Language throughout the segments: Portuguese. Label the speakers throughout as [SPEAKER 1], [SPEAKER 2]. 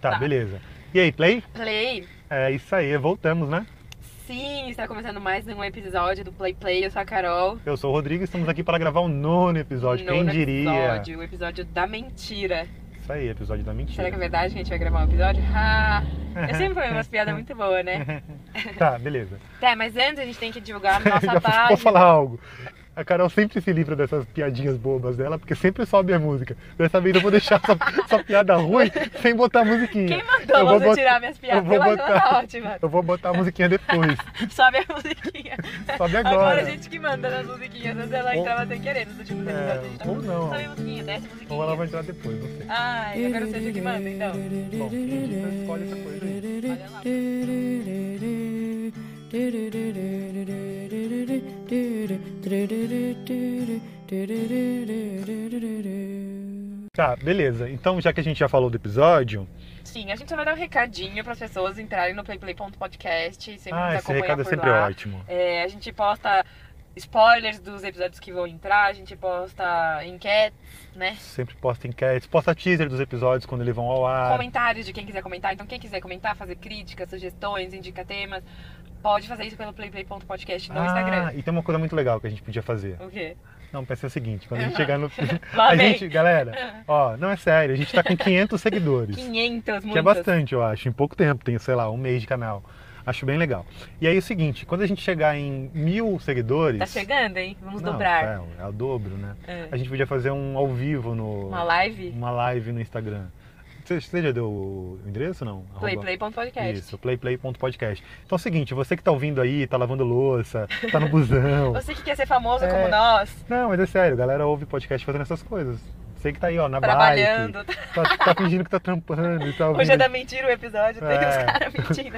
[SPEAKER 1] Tá,
[SPEAKER 2] Tá.
[SPEAKER 1] beleza. E aí, Play?
[SPEAKER 2] Play.
[SPEAKER 1] É isso aí, voltamos, né?
[SPEAKER 2] Sim, está começando mais um episódio do Play Play. Eu sou a Carol.
[SPEAKER 1] Eu sou o Rodrigo e estamos aqui para gravar o nono episódio, quem
[SPEAKER 2] Nono
[SPEAKER 1] diria?
[SPEAKER 2] Episódio, o episódio da mentira.
[SPEAKER 1] Isso aí, episódio da mentira.
[SPEAKER 2] Será que é verdade que a gente vai gravar um episódio? Ah, eu sempre foi umas piadas muito boas, né?
[SPEAKER 1] Tá, beleza.
[SPEAKER 2] Tá, mas antes a gente tem que divulgar a
[SPEAKER 1] Já
[SPEAKER 2] nossa
[SPEAKER 1] vou
[SPEAKER 2] página.
[SPEAKER 1] falar algo. A Carol sempre se livra dessas piadinhas bobas dela, porque sempre sobe a música. Dessa vez eu vou deixar essa, essa piada ruim sem botar a musiquinha.
[SPEAKER 2] Quem
[SPEAKER 1] Eu
[SPEAKER 2] mandou
[SPEAKER 1] vou
[SPEAKER 2] você
[SPEAKER 1] bot-
[SPEAKER 2] tirar minhas
[SPEAKER 1] eu
[SPEAKER 2] piadas?
[SPEAKER 1] vou
[SPEAKER 2] acho que ela
[SPEAKER 1] botar-
[SPEAKER 2] tá ótima.
[SPEAKER 1] Eu vou botar a musiquinha depois.
[SPEAKER 2] Sobe a musiquinha.
[SPEAKER 1] Sobe
[SPEAKER 2] Agora
[SPEAKER 1] agora.
[SPEAKER 2] a gente que manda nas musiquinhas, às vezes ela
[SPEAKER 1] Ou-
[SPEAKER 2] entrava sem querer nos últimos
[SPEAKER 1] É,
[SPEAKER 2] episódios. A gente tá
[SPEAKER 1] ou não.
[SPEAKER 2] Sobe a musiquinha, desce a musiquinha.
[SPEAKER 1] Ou Então ela vai entrar depois, não sei.
[SPEAKER 2] Ai, agora você que manda, então.
[SPEAKER 1] Bom, quem edita escolhe essa coisa aí.
[SPEAKER 2] Olha lá.
[SPEAKER 1] Tá, beleza. Então, já que a gente já falou do episódio,
[SPEAKER 2] Sim, a gente só vai dar um recadinho para as pessoas entrarem no playplay.podcast e sempre
[SPEAKER 1] ah,
[SPEAKER 2] nos
[SPEAKER 1] esse
[SPEAKER 2] acompanhar
[SPEAKER 1] recado é
[SPEAKER 2] por
[SPEAKER 1] sempre
[SPEAKER 2] lá.
[SPEAKER 1] ótimo.
[SPEAKER 2] É, a gente posta spoilers dos episódios que vão entrar, a gente posta enquetes, né?
[SPEAKER 1] Sempre posta enquetes, posta teaser dos episódios quando eles vão ao ar.
[SPEAKER 2] Comentários de quem quiser comentar. Então, quem quiser comentar, fazer críticas, sugestões, indica temas, pode fazer isso pelo playplay.podcast no
[SPEAKER 1] ah,
[SPEAKER 2] Instagram.
[SPEAKER 1] e tem uma coisa muito legal que a gente podia fazer.
[SPEAKER 2] O quê?
[SPEAKER 1] Não, pensa o seguinte, quando a gente chegar no...
[SPEAKER 2] Lá
[SPEAKER 1] a
[SPEAKER 2] vem.
[SPEAKER 1] gente, galera, ó, não é sério, a gente tá com 500 seguidores.
[SPEAKER 2] 500, muitas.
[SPEAKER 1] Que é bastante, eu acho, em pouco tempo, tem, sei lá, um mês de canal. Acho bem legal. E aí é o seguinte, quando a gente chegar em mil seguidores...
[SPEAKER 2] Tá chegando, hein? Vamos
[SPEAKER 1] Não,
[SPEAKER 2] dobrar.
[SPEAKER 1] É, é o dobro, né?
[SPEAKER 2] É.
[SPEAKER 1] A gente podia fazer um ao vivo no...
[SPEAKER 2] Uma live?
[SPEAKER 1] uma live no Instagram. Você, você já deu o endereço não? Arroba-
[SPEAKER 2] Playplay.podcast.
[SPEAKER 1] Isso, playplay.podcast. Então é o seguinte, você que tá ouvindo aí, tá lavando louça, tá no busão.
[SPEAKER 2] Você que quer ser famoso
[SPEAKER 1] É.
[SPEAKER 2] como nós,
[SPEAKER 1] Não, mas é sério, a galera ouve podcast fazendo essas coisas. Você que tá aí, ó, na
[SPEAKER 2] trabalhando.
[SPEAKER 1] bike, tá, tá fingindo que tá trampando e tal.
[SPEAKER 2] Hoje é da mentira o episódio, tem
[SPEAKER 1] É.
[SPEAKER 2] os caras mentindo,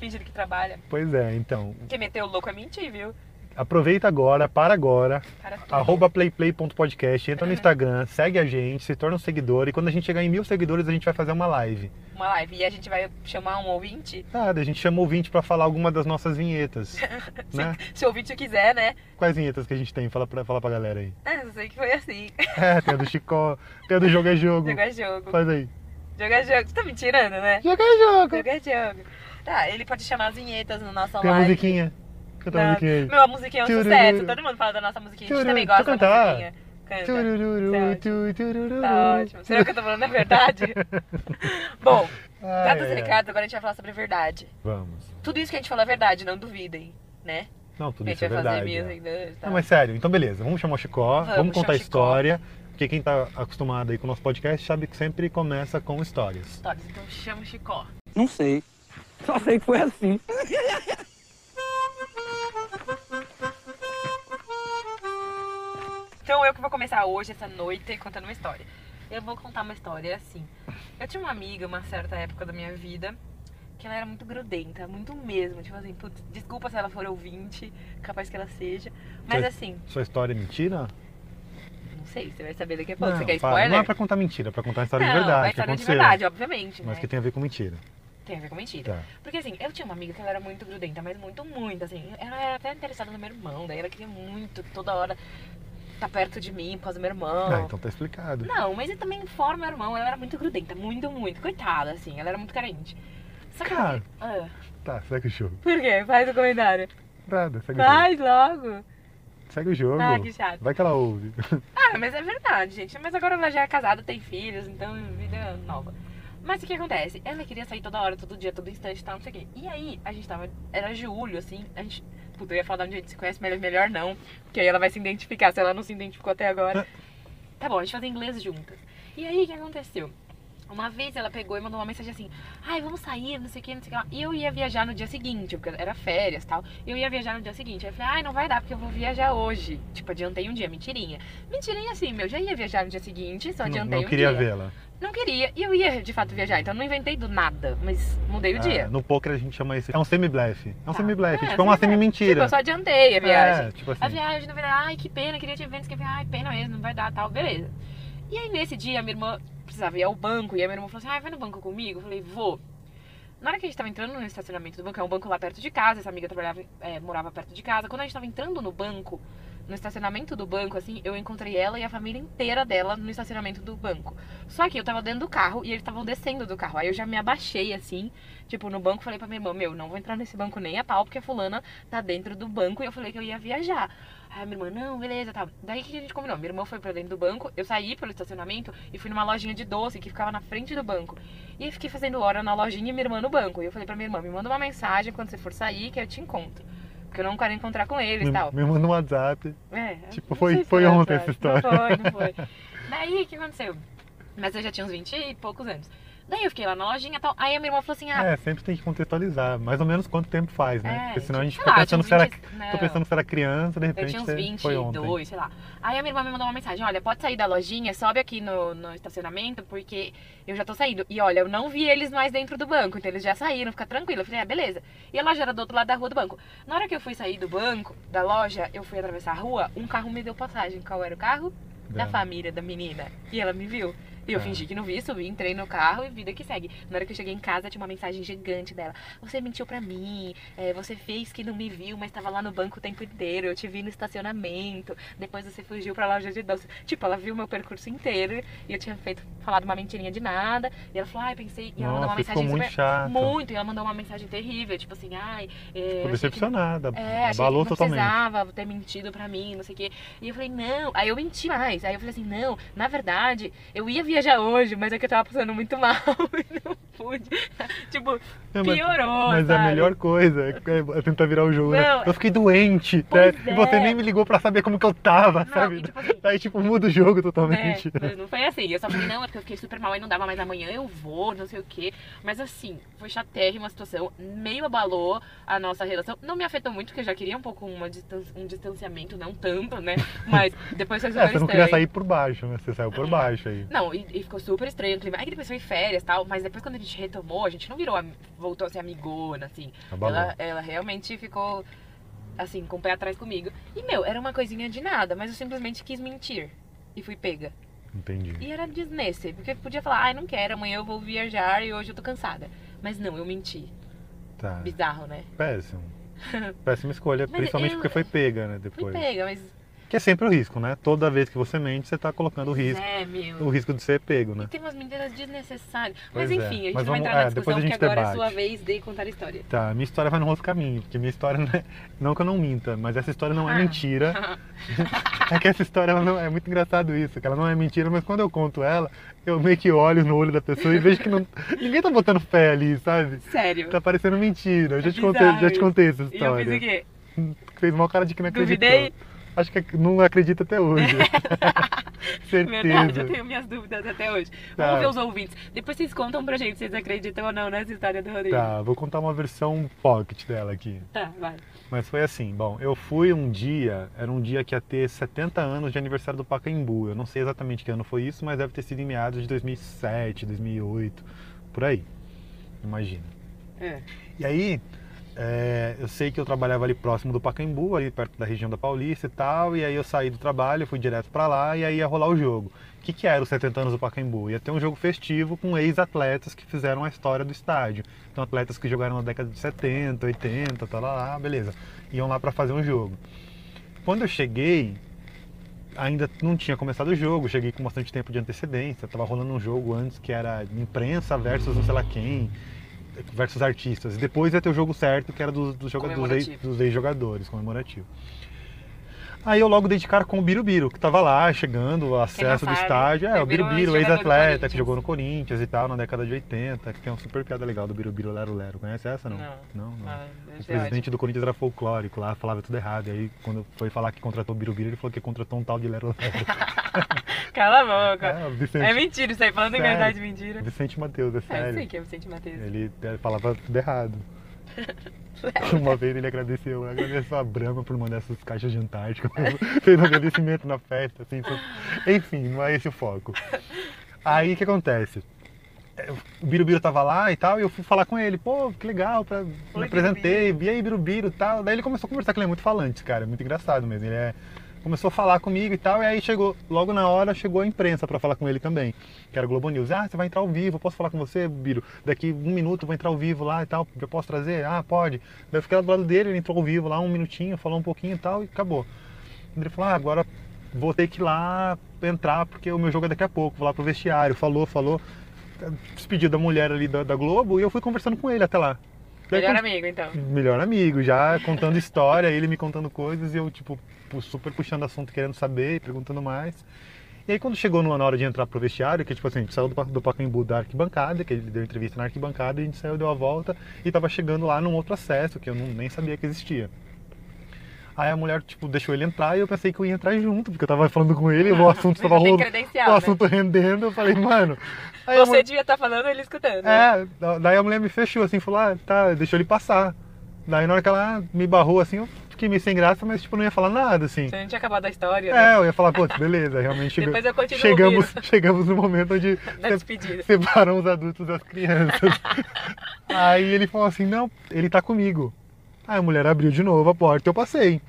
[SPEAKER 2] fingindo que trabalha.
[SPEAKER 1] Pois é, então,
[SPEAKER 2] Quem meteu o louco é mentir, viu?
[SPEAKER 1] aproveita agora, para agora,
[SPEAKER 2] Cara, tudo.
[SPEAKER 1] arroba playplay.podcast, entra no Instagram, segue a gente, se torna um seguidor e quando a gente chegar em mil seguidores a gente vai fazer uma live.
[SPEAKER 2] Uma live. E a gente vai chamar um ouvinte.
[SPEAKER 1] Nada, a gente chama o ouvinte pra falar alguma das nossas vinhetas, né?
[SPEAKER 2] Se o ouvinte quiser, né?
[SPEAKER 1] Quais vinhetas que a gente tem? Fala pra, fala pra galera aí.
[SPEAKER 2] Ah, eu sei que foi assim.
[SPEAKER 1] É, tem a do Chicó, tem a do Jogo é Jogo.
[SPEAKER 2] Jogar jogo.
[SPEAKER 1] Faz aí.
[SPEAKER 2] Jogar jogo. Você tá me tirando, né?
[SPEAKER 1] Jogo é Jogo.
[SPEAKER 2] Jogar jogo. Tá, ele pode chamar as vinhetas na nossa
[SPEAKER 1] Tem a
[SPEAKER 2] live.
[SPEAKER 1] musiquinha. Canta a
[SPEAKER 2] Não.
[SPEAKER 1] musiquinha aí.
[SPEAKER 2] Meu, a musiquinha é um
[SPEAKER 1] Tchururu.
[SPEAKER 2] sucesso. Todo mundo fala da nossa musiquinha. A gente
[SPEAKER 1] Tchururu.
[SPEAKER 2] também gosta
[SPEAKER 1] Deixa eu
[SPEAKER 2] da
[SPEAKER 1] cantar.
[SPEAKER 2] musiquinha.
[SPEAKER 1] Tururu,
[SPEAKER 2] Canta.
[SPEAKER 1] tu, tururu.
[SPEAKER 2] Tá ótimo. Será que eu tô falando a verdade? Bom,
[SPEAKER 1] Ai,
[SPEAKER 2] dados
[SPEAKER 1] ai,
[SPEAKER 2] os
[SPEAKER 1] ai.
[SPEAKER 2] recados, agora a gente vai falar sobre verdade.
[SPEAKER 1] Vamos.
[SPEAKER 2] Tudo isso que a gente falou é verdade, não duvidem, né?
[SPEAKER 1] Não, tudo
[SPEAKER 2] a gente
[SPEAKER 1] isso é
[SPEAKER 2] vai fazer
[SPEAKER 1] verdade.
[SPEAKER 2] music
[SPEAKER 1] é.
[SPEAKER 2] dance, tá?
[SPEAKER 1] Não, mas sério, então beleza, vamos chamar o Chicó,
[SPEAKER 2] Vamos
[SPEAKER 1] vamos, contar a
[SPEAKER 2] chamar o Chicó.
[SPEAKER 1] história, porque quem tá acostumado aí com o nosso podcast sabe que sempre começa com histórias.
[SPEAKER 2] Histórias, então chama o Chicó.
[SPEAKER 3] Não sei. Só sei que foi assim.
[SPEAKER 2] Então eu que vou começar hoje, essa noite, contando uma história. Eu vou contar uma história assim. Eu tinha uma amiga, uma certa época da minha vida, que ela era muito grudenta, muito mesmo. Tipo assim, putz, desculpa se ela for ouvinte, capaz que ela seja. Mas
[SPEAKER 1] Foi-
[SPEAKER 2] assim,
[SPEAKER 1] Sua história é mentira?
[SPEAKER 2] não sei, você vai saber daqui a pouco.
[SPEAKER 1] não,
[SPEAKER 2] você quer
[SPEAKER 1] para, não é
[SPEAKER 2] spoiler?
[SPEAKER 1] pra contar mentira, é pra contar a história de
[SPEAKER 2] Não,
[SPEAKER 1] verdade.
[SPEAKER 2] é
[SPEAKER 1] que
[SPEAKER 2] história de
[SPEAKER 1] aconteceu,
[SPEAKER 2] verdade, obviamente.
[SPEAKER 1] Mas
[SPEAKER 2] né?
[SPEAKER 1] que tem a ver com mentira.
[SPEAKER 2] Tem a ver com mentira.
[SPEAKER 1] Tá.
[SPEAKER 2] Porque assim, eu tinha uma amiga que ela era muito grudenta, mas muito, muito, assim. Ela era até interessada no meu irmão, daí ela queria muito, toda hora, tá perto de mim por causa do meu irmão.
[SPEAKER 1] Ah, então tá explicado.
[SPEAKER 2] Não, mas eu também fora meu irmão, ela era muito grudenta, muito, muito. Coitada, assim, ela era muito carente. Só que.
[SPEAKER 1] Cara.
[SPEAKER 2] Ah,
[SPEAKER 1] Tá, segue o jogo.
[SPEAKER 2] por quê? Faz o comentário.
[SPEAKER 1] Nada, segue o jogo.
[SPEAKER 2] Faz logo.
[SPEAKER 1] Segue o jogo.
[SPEAKER 2] Ah, que chato.
[SPEAKER 1] Vai que ela ouve.
[SPEAKER 2] Ah, mas é verdade, gente. Mas agora ela já é casada, tem filhos, então vida nova. Mas o que acontece? Ela queria sair toda hora, todo dia, todo instante, tal, não sei o quê. E aí, a gente tava. Era julho, assim. A gente. Puta, eu ia falar de onde a gente se conhece, melhor, melhor não. Porque aí ela vai se identificar, se ela não se identificou até agora. Tá bom, a gente fazia inglês juntas. E aí, o que aconteceu? Uma vez ela pegou e mandou uma mensagem assim: Ai, vamos sair, não sei o que, não sei o que lá. E eu ia viajar no dia seguinte, porque era férias e tal. E eu ia viajar no dia seguinte. Aí eu falei: Ai, não vai dar, porque eu vou viajar hoje. Tipo, adiantei um dia, mentirinha. Mentirinha assim, meu, já ia viajar no dia seguinte, só
[SPEAKER 1] não,
[SPEAKER 2] adiantei
[SPEAKER 1] não
[SPEAKER 2] um
[SPEAKER 1] queria
[SPEAKER 2] dia.
[SPEAKER 1] vê-la.
[SPEAKER 2] Não queria. E eu ia de fato viajar, então eu não inventei do nada, mas mudei o
[SPEAKER 1] Ah,
[SPEAKER 2] dia.
[SPEAKER 1] no poker a gente chama isso. É um semi-blefe. É um
[SPEAKER 2] Tá.
[SPEAKER 1] semi-blefe.
[SPEAKER 2] É,
[SPEAKER 1] tipo, é uma
[SPEAKER 2] semi-blefe. Tipo,
[SPEAKER 1] semi-mentira.
[SPEAKER 2] eu só adiantei a viagem.
[SPEAKER 1] É, tipo assim.
[SPEAKER 2] A viagem, não vai dar, ai, que pena, queria te ver, que ai, pena mesmo, não vai dar, tal, beleza. E aí, nesse dia, a minha irmã precisava ir ao banco, e a minha irmã falou assim, ai, vai no banco comigo? Eu falei, vou. Na hora que a gente tava entrando no é, estacionamento do banco, é um banco lá perto de casa, essa amiga trabalhava, eh, morava perto de casa, quando a gente tava entrando no banco, no estacionamento do banco, assim, eu encontrei ela e a família inteira dela no estacionamento do banco. Só que eu tava dentro do carro e eles estavam descendo do carro. Aí eu já me abaixei, assim, tipo, no banco, falei pra minha irmã, meu, não vou entrar nesse banco nem a pau, porque a fulana tá dentro do banco e eu falei que eu ia viajar. Aí a minha irmã, não, beleza, tá. Daí o que a gente combinou? Minha irmã foi pra dentro do banco, eu saí pelo estacionamento e fui numa lojinha de doce que ficava na frente do banco. E aí fiquei fazendo hora na lojinha e minha irmã no banco. E eu falei pra minha irmã, me manda uma mensagem quando você for sair que eu te encontro. Porque eu não quero encontrar com eles e tal.
[SPEAKER 1] Me, me manda um WhatsApp.
[SPEAKER 2] É,
[SPEAKER 1] Tipo,
[SPEAKER 2] não
[SPEAKER 1] foi-
[SPEAKER 2] sei se
[SPEAKER 1] foi ontem
[SPEAKER 2] atrás.
[SPEAKER 1] essa história.
[SPEAKER 2] Não foi, não foi. Daí, o que aconteceu? Mas eu já tinha uns 20 e poucos anos. Daí eu fiquei lá na lojinha e tal. Aí a minha irmã falou assim, ah, é,
[SPEAKER 1] É, sempre tem que contextualizar, mais ou menos quanto tempo faz, né? Porque senão a gente
[SPEAKER 2] sei
[SPEAKER 1] fica
[SPEAKER 2] lá, eu ah, tinha
[SPEAKER 1] pensando
[SPEAKER 2] uns
[SPEAKER 1] se era.
[SPEAKER 2] 20 não.
[SPEAKER 1] Tô pensando se era criança, de
[SPEAKER 2] Eu
[SPEAKER 1] repente
[SPEAKER 2] tinha uns
[SPEAKER 1] você- foi ontem.
[SPEAKER 2] 22, sei lá. Aí a minha irmã me mandou uma mensagem: olha, pode sair da lojinha, sobe aqui no, no estacionamento, porque eu já tô saindo. E olha, eu não vi eles mais dentro do banco, então eles já saíram, fica tranquila. Eu falei: ah, beleza. E a loja era do outro lado da rua do banco. Na hora que eu fui sair do banco, da loja, eu fui atravessar a rua, um carro me deu passagem. Qual era o carro? Da
[SPEAKER 1] Dá.
[SPEAKER 2] família da menina. E ela me viu. E eu
[SPEAKER 1] Ah.
[SPEAKER 2] fingi que não vi, subi, entrei no carro e vida que segue. Na hora que eu cheguei em casa, tinha uma mensagem gigante dela. Você mentiu pra mim, é, você fez que não me viu, mas tava lá no banco o tempo inteiro, eu te vi no estacionamento, depois você fugiu pra loja de doce. Tipo, ela viu meu percurso inteiro e eu tinha feito, falado uma mentirinha de nada. E ela falou, ai, pensei. E ela mandou uma
[SPEAKER 1] Nossa, ficou
[SPEAKER 2] mensagem
[SPEAKER 1] muito
[SPEAKER 2] super.
[SPEAKER 1] chato.
[SPEAKER 2] Muito, e ela mandou uma mensagem terrível, tipo assim, ai. É,
[SPEAKER 1] Ficou
[SPEAKER 2] achei que-
[SPEAKER 1] decepcionada.
[SPEAKER 2] é, achei
[SPEAKER 1] abalou
[SPEAKER 2] que não
[SPEAKER 1] totalmente.
[SPEAKER 2] precisava ter mentido pra mim, não sei o quê. E eu falei, não. Aí eu menti mais. Aí eu falei assim, não, na verdade, eu ia viajar hoje, mas é que eu tava passando muito mal e não pude. tipo,
[SPEAKER 1] É, mas-
[SPEAKER 2] piorou,
[SPEAKER 1] Mas a
[SPEAKER 2] sabe?
[SPEAKER 1] melhor coisa é é tentar virar o jogo,
[SPEAKER 2] Não,
[SPEAKER 1] né? Eu fiquei doente, né?
[SPEAKER 2] Pois
[SPEAKER 1] E você
[SPEAKER 2] é.
[SPEAKER 1] nem me ligou pra saber como que eu tava,
[SPEAKER 2] Não,
[SPEAKER 1] sabe?
[SPEAKER 2] e tipo assim,
[SPEAKER 1] Daí, tipo, muda o jogo
[SPEAKER 2] né?
[SPEAKER 1] totalmente.
[SPEAKER 2] Mas não foi assim. Eu só falei, não, é porque eu fiquei super mal e não dava mais amanhã, eu vou, não sei o quê. Mas assim, foi chatérrima a situação, meio abalou a nossa relação. Não me afetou muito, porque eu já queria um pouco uma distan- um distanciamento, não tanto, né? Mas depois foi super
[SPEAKER 1] É, você não queria
[SPEAKER 2] estranho.
[SPEAKER 1] sair por baixo, né? Você saiu por baixo aí.
[SPEAKER 2] Não, e, e ficou super estranho o clima. Aí que depois foi férias e tal, mas depois quando a gente retomou, a gente não virou, am- voltou a ser amigona, assim.
[SPEAKER 1] Abalou.
[SPEAKER 2] Ela, ela realmente ficou, assim, com o pé atrás comigo. E, meu, era uma coisinha de nada, mas eu simplesmente quis mentir. E fui pega.
[SPEAKER 1] Entendi.
[SPEAKER 2] E era desnesse, porque eu podia falar, ai, não quero, amanhã eu vou viajar e hoje eu tô cansada. Mas não, eu menti.
[SPEAKER 1] Tá.
[SPEAKER 2] Bizarro, né?
[SPEAKER 1] Péssimo. Péssima escolha,
[SPEAKER 2] Mas
[SPEAKER 1] principalmente
[SPEAKER 2] eu-
[SPEAKER 1] porque foi pega, né?
[SPEAKER 2] Fui
[SPEAKER 1] Depois.
[SPEAKER 2] pega, mas.
[SPEAKER 1] Que é sempre o risco, né? Toda vez que você mente, você tá colocando o risco.
[SPEAKER 2] É,
[SPEAKER 1] O
[SPEAKER 2] meu.
[SPEAKER 1] risco de ser pego, né?
[SPEAKER 2] E tem umas mentiras desnecessárias.
[SPEAKER 1] Pois
[SPEAKER 2] Mas
[SPEAKER 1] é.
[SPEAKER 2] enfim, a gente
[SPEAKER 1] Mas
[SPEAKER 2] não vai
[SPEAKER 1] vamos-
[SPEAKER 2] entrar na
[SPEAKER 1] é, depois
[SPEAKER 2] discussão,
[SPEAKER 1] a
[SPEAKER 2] porque
[SPEAKER 1] gente
[SPEAKER 2] agora é
[SPEAKER 1] debate.
[SPEAKER 2] sua vez de contar a história.
[SPEAKER 1] Tá, minha história vai no outro caminho, porque minha história não é. Não que eu não minta, mas essa história não é
[SPEAKER 2] Ah.
[SPEAKER 1] mentira. É que essa história ela não, é muito engraçado isso, que ela não é mentira, mas quando eu conto ela, eu meio que olho no olho da pessoa e vejo que não, ninguém tá botando fé ali, sabe?
[SPEAKER 2] Sério.
[SPEAKER 1] Tá parecendo mentira. Eu já,
[SPEAKER 2] É
[SPEAKER 1] te contei,
[SPEAKER 2] bizarro
[SPEAKER 1] já te
[SPEAKER 2] isso.
[SPEAKER 1] contei essa
[SPEAKER 2] E eu fiz o
[SPEAKER 1] história.
[SPEAKER 2] quê?
[SPEAKER 1] Fez mal cara de que não acreditou.
[SPEAKER 2] Duvidei?
[SPEAKER 1] Acho que não acredita até hoje.
[SPEAKER 2] Verdade, eu
[SPEAKER 1] Certeza.
[SPEAKER 2] tenho minhas dúvidas até hoje.
[SPEAKER 1] Tá.
[SPEAKER 2] Vamos ver os ouvintes. Depois vocês contam pra gente se vocês acreditam ou não nessa história do Rodrigo.
[SPEAKER 1] Tá, vou contar uma versão pocket dela aqui.
[SPEAKER 2] Tá, vai.
[SPEAKER 1] Mas foi assim, bom, eu fui um dia, era um dia que ia ter 70 anos de aniversário do Pacaembu. Eu não sei exatamente que ano foi isso, mas deve ter sido em meados de 2007, 2008, por aí. Imagina.
[SPEAKER 2] É.
[SPEAKER 1] E aí, é, eu sei que eu trabalhava ali próximo do Pacaembu, ali perto da região da Paulista e tal, e aí eu saí do trabalho, fui direto pra lá e aí ia rolar o jogo. O que, que era os 70 anos do Pacaembu? Ia ter um jogo festivo com ex-atletas que fizeram a história do estádio. Então, atletas que jogaram na década de 70, 80, tá lá, lá beleza. Iam lá pra fazer um jogo. Quando eu cheguei, ainda não tinha começado o jogo, cheguei com bastante tempo de antecedência, tava rolando um jogo antes que era imprensa versus não sei lá quem, versus artistas. E depois ia ter o jogo certo, que era dos, dos, joga- dos ex-
[SPEAKER 2] Comemorativo.
[SPEAKER 1] dos ex-jogadores, comemorativo. Aí eu logo dei de cara com o Birubiru, que tava lá, chegando, o acesso do
[SPEAKER 2] sabe,
[SPEAKER 1] estádio. É, o
[SPEAKER 2] Birubiru é um
[SPEAKER 1] Birubiru,
[SPEAKER 2] ex-jogador do
[SPEAKER 1] ex-atleta,
[SPEAKER 2] Corinthians.
[SPEAKER 1] que jogou no Corinthians e tal, na década de 80, que tem uma super piada legal do Birubiru Lero Lero. Conhece essa, não?
[SPEAKER 2] Não.
[SPEAKER 1] Não, não.
[SPEAKER 2] Ah,
[SPEAKER 1] Hum. O
[SPEAKER 2] deve ser
[SPEAKER 1] presidente do Corinthians era folclórico lá, falava tudo errado. E aí, quando foi falar que contratou o Birubiru, ele falou que contratou um tal de Lero Lero.
[SPEAKER 2] ótimo. Cala a boca.
[SPEAKER 1] é, o
[SPEAKER 2] É,
[SPEAKER 1] Vicente,
[SPEAKER 2] mentira isso aí, falando em
[SPEAKER 1] Sério?
[SPEAKER 2] verdade, mentira.
[SPEAKER 1] Vicente Matheus, é
[SPEAKER 2] É, eu
[SPEAKER 1] sério.
[SPEAKER 2] sei que é Vicente Matheus.
[SPEAKER 1] Ele ele falava tudo errado. Uma vez ele agradeceu, eu agradeço a Brahma por mandar essas caixas de Antártica. Fez um agradecimento na festa, assim. então- Enfim, não é esse o foco. Aí o que acontece? É, O Birubiru tava lá e tal, e eu fui falar com ele, pô, que legal, pra... me apresentei, vi aí Birubiru e tal. Daí ele começou a conversar, que ele é muito falante, cara, é muito engraçado mesmo. Ele é... começou a falar comigo e tal, e aí chegou, logo na hora chegou a imprensa pra falar com ele também, que era o Globo News. Ah, você vai entrar ao vivo, posso falar com você, Biro? Daqui um minuto eu vou entrar ao vivo lá e tal, eu posso trazer? Ah, pode. Daí eu fiquei lá do lado dele, ele entrou ao vivo lá um minutinho, falou um pouquinho e tal, e acabou. Ele falou, ah, agora vou ter que ir lá entrar, porque o meu jogo é daqui a pouco, vou lá pro vestiário. Falou, falou. Despediu da mulher ali da, da Globo e eu fui conversando com ele até lá. Daí,
[SPEAKER 2] Melhor
[SPEAKER 1] quando-
[SPEAKER 2] amigo, então.
[SPEAKER 1] melhor amigo, já contando história, ele me contando coisas e eu, tipo, pu- super puxando assunto, querendo saber, perguntando mais. E aí, quando chegou no- na hora de entrar pro vestiário, que, tipo assim, a gente saiu do, Pa- do Pacaembu da arquibancada, que ele deu entrevista na arquibancada, e a gente saiu, deu a volta e tava chegando lá num outro acesso, que eu não- nem sabia que existia. Aí a mulher, tipo, deixou ele entrar e eu pensei que eu ia entrar junto, porque eu tava falando com ele e o assunto
[SPEAKER 2] Você
[SPEAKER 1] tava
[SPEAKER 2] tem
[SPEAKER 1] rolando.
[SPEAKER 2] credencial,
[SPEAKER 1] O
[SPEAKER 2] né?
[SPEAKER 1] assunto rendendo, eu falei, mano. aí a
[SPEAKER 2] Você
[SPEAKER 1] mulher-
[SPEAKER 2] devia estar falando ele escutando. né?
[SPEAKER 1] é, da- daí a mulher me fechou assim, falou, ah, tá, deixou ele passar. Daí na hora que ela me barrou assim, eu fiquei meio sem graça, mas tipo, não ia falar nada, assim.
[SPEAKER 2] Você não tinha acabado a história, né?
[SPEAKER 1] É, eu ia falar, pô, beleza, realmente chegou-
[SPEAKER 2] Depois eu continuo
[SPEAKER 1] chegamos, chegamos no momento onde
[SPEAKER 2] Da despedida.
[SPEAKER 1] separam os adultos das crianças. Aí ele falou assim, não, ele tá comigo. Aí a mulher abriu de novo a porta e eu passei.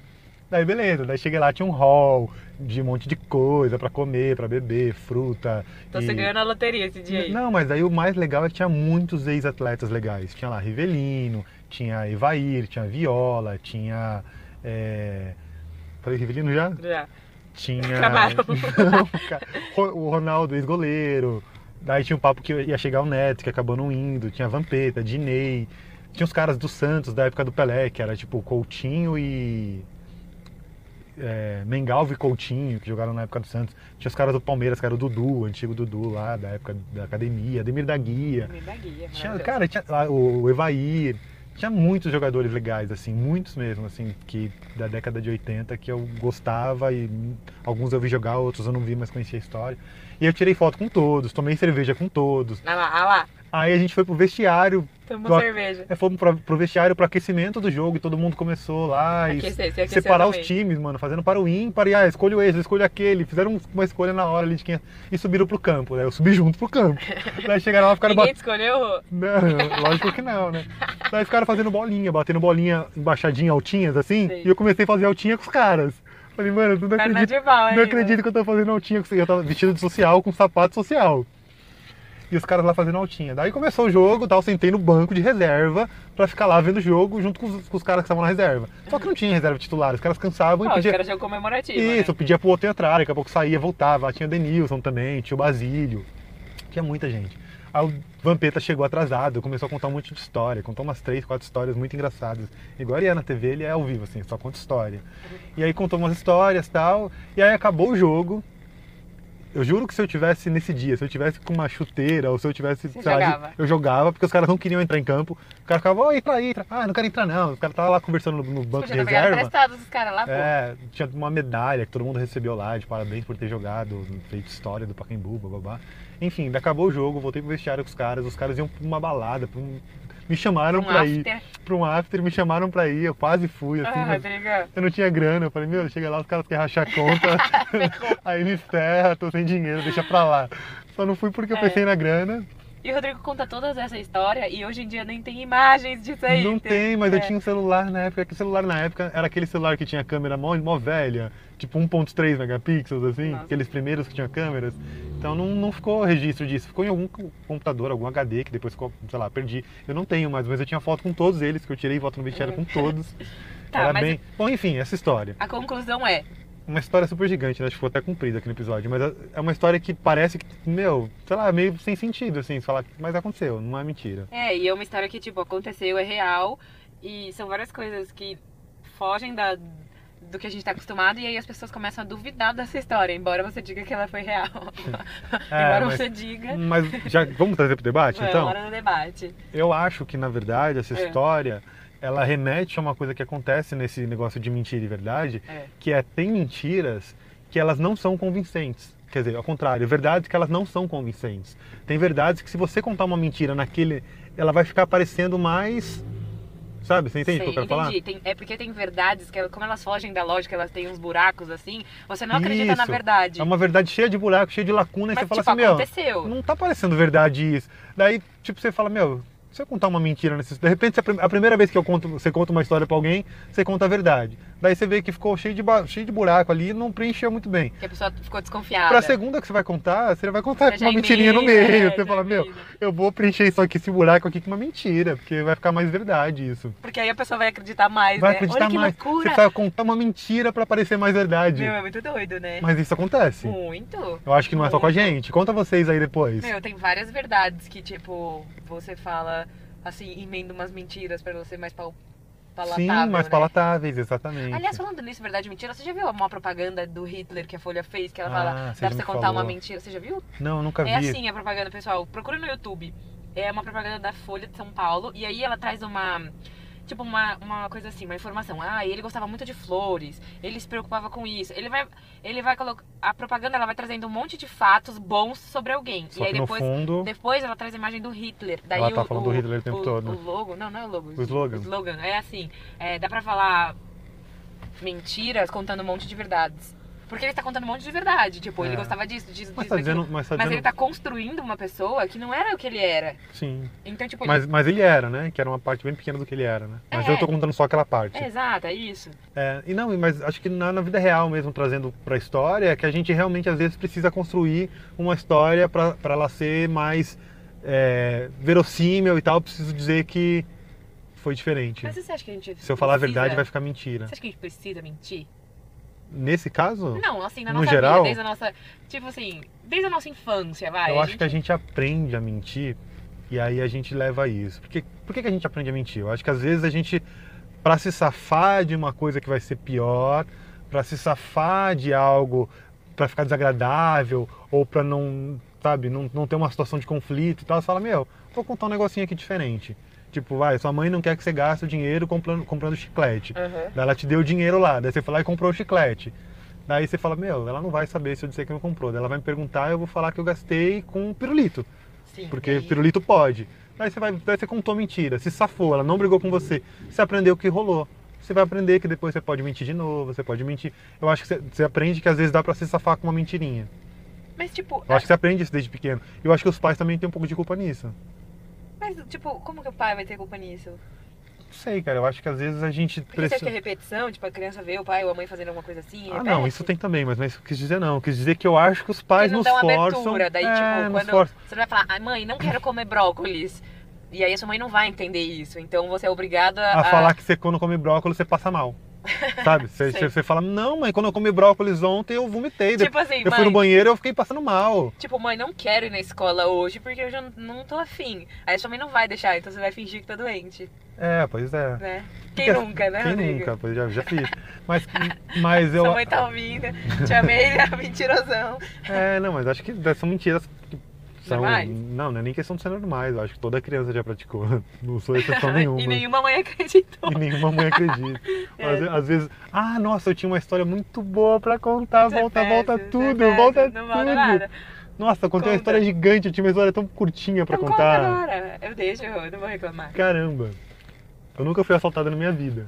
[SPEAKER 1] Daí beleza, daí cheguei lá, tinha um hall de um monte de coisa pra comer, pra beber, fruta.
[SPEAKER 2] Então
[SPEAKER 1] e-
[SPEAKER 2] você ganhou na loteria esse dia aí.
[SPEAKER 1] não, mas aí o mais legal é que tinha muitos ex-atletas legais. Tinha lá Rivelino, tinha Evair, tinha Viola, tinha. é, Falei Rivelino já?
[SPEAKER 2] Já.
[SPEAKER 1] Tinha.
[SPEAKER 2] Camarão.
[SPEAKER 1] Não, cara. Ro- o Ronaldo, ex-goleiro. Daí tinha um papo que ia chegar o Neto, que acabou não indo. Tinha Vampeta, Dinei. Tinha os caras do Santos da época do Pelé, que era tipo Coutinho e. É, Mengalvo e Coutinho, que jogaram na época do Santos. Tinha os caras do Palmeiras, que era o Dudu, o antigo Dudu lá, da época da academia, Ademir da Guia.
[SPEAKER 2] Me dá guia,
[SPEAKER 1] Tinha,
[SPEAKER 2] maravilhoso.
[SPEAKER 1] cara, tinha lá o Evair. Tinha muitos jogadores legais, assim, muitos mesmo, assim, que da década de 80 que eu gostava e alguns eu vi jogar, outros eu não vi, mas conhecia a história. E eu tirei foto com todos, tomei cerveja com todos.
[SPEAKER 2] Ah lá, ah lá.
[SPEAKER 1] Aí a gente foi pro vestiário,
[SPEAKER 2] Tomou
[SPEAKER 1] Ó,
[SPEAKER 2] cerveja.
[SPEAKER 1] é, fomos pra, pro vestiário pro aquecimento do jogo e todo mundo começou lá e
[SPEAKER 2] Aquecer, se aquecer
[SPEAKER 1] separar os
[SPEAKER 2] também.
[SPEAKER 1] times, mano, fazendo para o ímpar e ah, escolho esse, escolho aquele. Fizeram uma escolha na hora ali de quem é, e subiram pro campo, né? Eu subi junto pro campo. Daí chegaram lá, ficaram
[SPEAKER 2] Ninguém te escolheu?
[SPEAKER 1] não, Né? lógico que não, né? Daí ficaram fazendo bolinha, batendo bolinha, embaixadinha, altinhas, assim.
[SPEAKER 2] Sei.
[SPEAKER 1] E eu comecei a fazer altinha com os caras. Falei, mano, eu não
[SPEAKER 2] Perna
[SPEAKER 1] acredito,
[SPEAKER 2] é de pau
[SPEAKER 1] não
[SPEAKER 2] ainda.
[SPEAKER 1] acredito que eu tô fazendo altinha com os Eu tava vestido de social, com sapato social. E os caras lá fazendo altinha. Daí começou o jogo e tal, sentei no banco de reserva pra ficar lá vendo o jogo junto com os, com os caras que estavam na reserva. Só que não tinha reserva titular, os caras cansavam e
[SPEAKER 2] Ó, os
[SPEAKER 1] pediam...
[SPEAKER 2] caras jogam comemorativo,
[SPEAKER 1] Isso, eu
[SPEAKER 2] né?
[SPEAKER 1] pedia pro outro entrar, daqui a pouco saía, voltava. Lá tinha o Denilson também, tinha o Basílio, tinha muita gente. Aí o Vampeta chegou atrasado, começou a contar um monte de história, contou umas três, quatro histórias muito engraçadas. Igual ele é na TV, ele é ao vivo, assim, só conta história. E aí contou umas histórias tal, e aí acabou o jogo. Eu juro que se eu tivesse nesse dia, se eu tivesse com uma chuteira, ou se eu tivesse.
[SPEAKER 2] Você
[SPEAKER 1] sei lá, de-
[SPEAKER 2] jogava?
[SPEAKER 1] eu jogava, porque os caras não queriam entrar em campo. O cara ficava, ó, entra aí, entra. Ah, não quero entrar não. Os caras estavam lá conversando no, no banco de
[SPEAKER 2] Podia ter pegado
[SPEAKER 1] reserva.
[SPEAKER 2] emprestados os caras lá, pô.
[SPEAKER 1] É, tinha uma medalha que todo mundo recebeu lá, de parabéns por ter jogado, feito história do Pacaembu, bababá. Enfim, acabou o jogo, voltei pro vestiário com os caras, os caras iam pra uma balada, pra um- me chamaram
[SPEAKER 2] Um
[SPEAKER 1] pra ir,
[SPEAKER 2] after.
[SPEAKER 1] pra um after, me chamaram pra ir, eu quase fui, assim,
[SPEAKER 2] Ah,
[SPEAKER 1] mas
[SPEAKER 2] Rodrigo.
[SPEAKER 1] eu não tinha grana, eu falei, meu, chega lá, os caras querem rachar a
[SPEAKER 2] Tá
[SPEAKER 1] conta, aí me ferra, tô sem dinheiro, deixa pra lá. Só não fui porque eu
[SPEAKER 2] É.
[SPEAKER 1] pensei na grana,
[SPEAKER 2] E o Rodrigo conta todas essa história e hoje em dia nem tem imagens disso aí.
[SPEAKER 1] Não tem, mas eu
[SPEAKER 2] é.
[SPEAKER 1] tinha um celular na época. Que celular na época era aquele celular que tinha câmera mó, mó velha, tipo 1.3 megapixels, assim,
[SPEAKER 2] Nossa.
[SPEAKER 1] aqueles primeiros que tinham câmeras. Então não, não ficou registro disso. Ficou em algum co- computador, algum HD, que depois, ficou, sei lá, perdi. Eu não tenho mais, mas eu tinha foto com todos eles, que eu tirei foto no vestiário com todos.
[SPEAKER 2] Uhum. Tá,
[SPEAKER 1] era
[SPEAKER 2] mas-
[SPEAKER 1] bem. Bom, enfim, essa história.
[SPEAKER 2] A conclusão é,
[SPEAKER 1] Uma história super gigante, né? Acho que foi até comprida aqui no episódio, mas é uma história que parece que, meu, sei lá, meio sem sentido, assim, falar, mas aconteceu, não é mentira.
[SPEAKER 2] É, e é uma história que, tipo, aconteceu, é real. E são várias coisas que fogem da, do que a gente tá acostumado. E aí as pessoas começam a duvidar dessa história, embora você diga que ela foi real. embora
[SPEAKER 1] É, mas-
[SPEAKER 2] você diga.
[SPEAKER 1] Mas já vamos trazer pro debate,
[SPEAKER 2] É,
[SPEAKER 1] então?
[SPEAKER 2] hora do debate.
[SPEAKER 1] Eu acho que, na verdade, essa
[SPEAKER 2] É.
[SPEAKER 1] história, ela remete a uma coisa que acontece nesse negócio de mentira e verdade,
[SPEAKER 2] É.
[SPEAKER 1] que é, tem mentiras que elas não são convincentes. Quer dizer, ao contrário, verdades que elas não são convincentes. Tem verdades que se você contar uma mentira naquele, ela vai ficar parecendo mais... Sabe, você entende o
[SPEAKER 2] Sei,
[SPEAKER 1] que eu quero
[SPEAKER 2] entendi. Tem- é porque tem verdades que, ela- como elas fogem da lógica, elas têm uns buracos assim. Você não acredita na
[SPEAKER 1] Isso.
[SPEAKER 2] verdade.
[SPEAKER 1] falar? É uma verdade cheia de buraco, cheia de lacuna, e
[SPEAKER 2] Mas,
[SPEAKER 1] você fala
[SPEAKER 2] tipo,
[SPEAKER 1] assim, meu,
[SPEAKER 2] aconteceu.
[SPEAKER 1] não tá parecendo verdade isso. Daí, tipo, você fala, meu, Se eu contar uma mentira nesse. De repente, se a prim- a primeira vez que eu conto, você conta uma história pra alguém, você conta a verdade. Daí você vê que ficou cheio de, ba- cheio de buraco ali e não preencheu muito bem.
[SPEAKER 2] Que a pessoa ficou desconfiada.
[SPEAKER 1] Pra segunda que você vai contar, você vai contar
[SPEAKER 2] Você
[SPEAKER 1] com
[SPEAKER 2] já
[SPEAKER 1] uma mentirinha no
[SPEAKER 2] emenda,
[SPEAKER 1] meio.
[SPEAKER 2] é,
[SPEAKER 1] Você
[SPEAKER 2] já
[SPEAKER 1] fala, meu,
[SPEAKER 2] emenda.
[SPEAKER 1] eu vou preencher isso aqui, esse buraco aqui com uma mentira, porque vai ficar mais verdade isso.
[SPEAKER 2] Porque aí a pessoa vai acreditar mais,
[SPEAKER 1] Vai
[SPEAKER 2] né?
[SPEAKER 1] acreditar
[SPEAKER 2] Olha que
[SPEAKER 1] mais. Você
[SPEAKER 2] loucura.
[SPEAKER 1] precisa contar uma mentira pra parecer mais verdade.
[SPEAKER 2] Meu, é muito doido, né?
[SPEAKER 1] Mas isso acontece.
[SPEAKER 2] Muito.
[SPEAKER 1] Eu acho que não é só com a gente. Conta vocês aí depois.
[SPEAKER 2] Meu, tem várias verdades que, tipo, você fala, assim, emenda umas mentiras pra ela ser mais pal palatável,
[SPEAKER 1] Sim, mais
[SPEAKER 2] né?
[SPEAKER 1] palatáveis, exatamente.
[SPEAKER 2] Aliás, falando nisso, verdade e mentira, você já viu uma propaganda do Hitler que a Folha fez, que ela fala,
[SPEAKER 1] Ah, você já
[SPEAKER 2] dá pra você
[SPEAKER 1] me
[SPEAKER 2] contar
[SPEAKER 1] falou.
[SPEAKER 2] uma mentira? Você já viu?
[SPEAKER 1] Não, nunca vi.
[SPEAKER 2] É assim a propaganda, pessoal. Procura no YouTube. É uma propaganda da Folha de São Paulo. E aí ela traz uma. Tipo, uma, uma coisa assim, uma informação. Ah, ele gostava muito de flores. Ele se preocupava com isso. Ele vai. Ele vai colocar. A propaganda ela vai trazendo um monte de fatos bons sobre alguém.
[SPEAKER 1] Só
[SPEAKER 2] e
[SPEAKER 1] que
[SPEAKER 2] aí depois.
[SPEAKER 1] no fundo,
[SPEAKER 2] Depois ela traz a imagem do Hitler. Daí
[SPEAKER 1] Ela tá
[SPEAKER 2] o,
[SPEAKER 1] falando do Hitler o tempo todo.
[SPEAKER 2] O logo, não, não é o logo.
[SPEAKER 1] O slogan.
[SPEAKER 2] O slogan é assim: é, dá pra falar mentiras contando um monte de verdades. Porque ele tá contando um monte de verdade. Tipo,
[SPEAKER 1] É.
[SPEAKER 2] ele gostava disso, disso,
[SPEAKER 1] mas
[SPEAKER 2] disso.
[SPEAKER 1] tá
[SPEAKER 2] daquilo.
[SPEAKER 1] dizendo, mas tá
[SPEAKER 2] Mas ele
[SPEAKER 1] dizendo,
[SPEAKER 2] tá construindo uma pessoa que não era o que ele era.
[SPEAKER 1] sim.
[SPEAKER 2] Então, tipo,
[SPEAKER 1] Mas, mas ele era, né? Que era uma parte bem pequena do que ele era, né? Mas
[SPEAKER 2] É.
[SPEAKER 1] eu tô contando só aquela parte.
[SPEAKER 2] ele... É, exato, é isso.
[SPEAKER 1] É, e não, mas acho que na, na vida real mesmo, trazendo pra história, é que a gente realmente às vezes precisa construir uma história pra pra ela ser mais é, verossímil e tal. Eu preciso dizer que foi diferente.
[SPEAKER 2] Mas você acha que a gente.
[SPEAKER 1] Se eu falar a
[SPEAKER 2] precisa-
[SPEAKER 1] verdade, vai ficar né? mentira.
[SPEAKER 2] Você acha que a gente precisa mentir?
[SPEAKER 1] Nesse caso,
[SPEAKER 2] Não, assim, na
[SPEAKER 1] No
[SPEAKER 2] nossa
[SPEAKER 1] geral?
[SPEAKER 2] vida, desde a nossa. Tipo assim, desde a nossa infância, vai.
[SPEAKER 1] eu acho que a gente aprende a mentir e aí a gente leva isso. Porque, por que, que a gente aprende a mentir? Eu acho que às vezes a gente, para se safar de uma coisa que vai ser pior, para se safar de algo, para ficar desagradável ou para não, sabe, não, não ter uma situação de conflito e tal, você fala: Meu, vou contar um negocinho aqui diferente. Tipo, vai, sua mãe não quer que você gaste o dinheiro comprando, comprando chiclete.
[SPEAKER 2] Aham.
[SPEAKER 1] Daí ela te deu o dinheiro lá, daí você foi lá e comprou o chiclete. Daí você fala, meu, ela não vai saber se eu disser que não comprou. Daí ela vai me perguntar, eu vou falar que eu gastei com pirulito,
[SPEAKER 2] Sim.
[SPEAKER 1] porque
[SPEAKER 2] e-
[SPEAKER 1] pirulito pode. Daí você, vai, daí você contou mentira, se safou, ela não brigou com você, você aprendeu o que rolou. Você vai aprender que depois você pode mentir de novo, você pode mentir. Eu acho que você, você aprende que às vezes dá pra se safar com uma mentirinha.
[SPEAKER 2] Mas, tipo,
[SPEAKER 1] Eu acho que você aprende isso desde pequeno. E eu acho que os pais também têm um pouco de culpa nisso.
[SPEAKER 2] mas, tipo, como que o pai vai ter culpa nisso?
[SPEAKER 1] Não sei, cara, eu acho que às vezes a gente...
[SPEAKER 2] Porque você
[SPEAKER 1] pressiona-
[SPEAKER 2] acha que é repetição? Tipo, a criança vê o pai ou a mãe fazendo alguma coisa assim?
[SPEAKER 1] Ah,
[SPEAKER 2] repete?
[SPEAKER 1] não, isso tem também, mas não é isso que eu quis dizer, não. Eu quis dizer que eu acho que os pais
[SPEAKER 2] Porque não
[SPEAKER 1] nos
[SPEAKER 2] dão
[SPEAKER 1] forçam.
[SPEAKER 2] abertura. Daí,
[SPEAKER 1] é,
[SPEAKER 2] tipo,
[SPEAKER 1] nos
[SPEAKER 2] quando
[SPEAKER 1] forçam.
[SPEAKER 2] você vai falar, ai mãe, não quero comer brócolis. E aí a sua mãe não vai entender isso. Então você é obrigado a.
[SPEAKER 1] A falar que você, quando come brócolis, você passa mal. Sabe? Você,
[SPEAKER 2] Sei.
[SPEAKER 1] você fala, não, mãe, quando eu comi brócolis ontem, eu vomitei. Depois
[SPEAKER 2] Tipo assim,
[SPEAKER 1] eu fui
[SPEAKER 2] mãe,
[SPEAKER 1] no banheiro e eu fiquei passando mal.
[SPEAKER 2] Tipo, mãe, não quero ir na escola hoje porque eu já não tô afim. Aí sua mãe não vai deixar, então você vai fingir que tá doente,
[SPEAKER 1] É, pois é.
[SPEAKER 2] né? Quem
[SPEAKER 1] Porque-
[SPEAKER 2] nunca, né,
[SPEAKER 1] Quem
[SPEAKER 2] Rodrigo?
[SPEAKER 1] nunca? Pois já, já fiz. Mas, mas eu.
[SPEAKER 2] Sua mãe tá ouvindo, te amei, ele é mentirosão.
[SPEAKER 1] É, não, mas acho que são mentiras que são.
[SPEAKER 2] Normais?
[SPEAKER 1] Não, não é nem questão de ser normais. Eu acho que toda criança já praticou. Não sou exceção nenhuma.
[SPEAKER 2] E nenhuma mãe acreditou.
[SPEAKER 1] E nenhuma mãe acredita.
[SPEAKER 2] É.
[SPEAKER 1] Às, ve- às vezes, ah, nossa, eu tinha uma história muito boa pra contar,
[SPEAKER 2] Você
[SPEAKER 1] volta,
[SPEAKER 2] perde,
[SPEAKER 1] volta
[SPEAKER 2] você
[SPEAKER 1] tudo,
[SPEAKER 2] perde,
[SPEAKER 1] volta
[SPEAKER 2] Não
[SPEAKER 1] tudo.
[SPEAKER 2] volta nada.
[SPEAKER 1] Nossa, eu contei uma
[SPEAKER 2] Conta.
[SPEAKER 1] história gigante, eu tinha uma história tão curtinha pra
[SPEAKER 2] Então conta
[SPEAKER 1] contar.
[SPEAKER 2] agora. Eu deixo, eu não vou reclamar.
[SPEAKER 1] Caramba. Eu nunca fui assaltada na minha vida.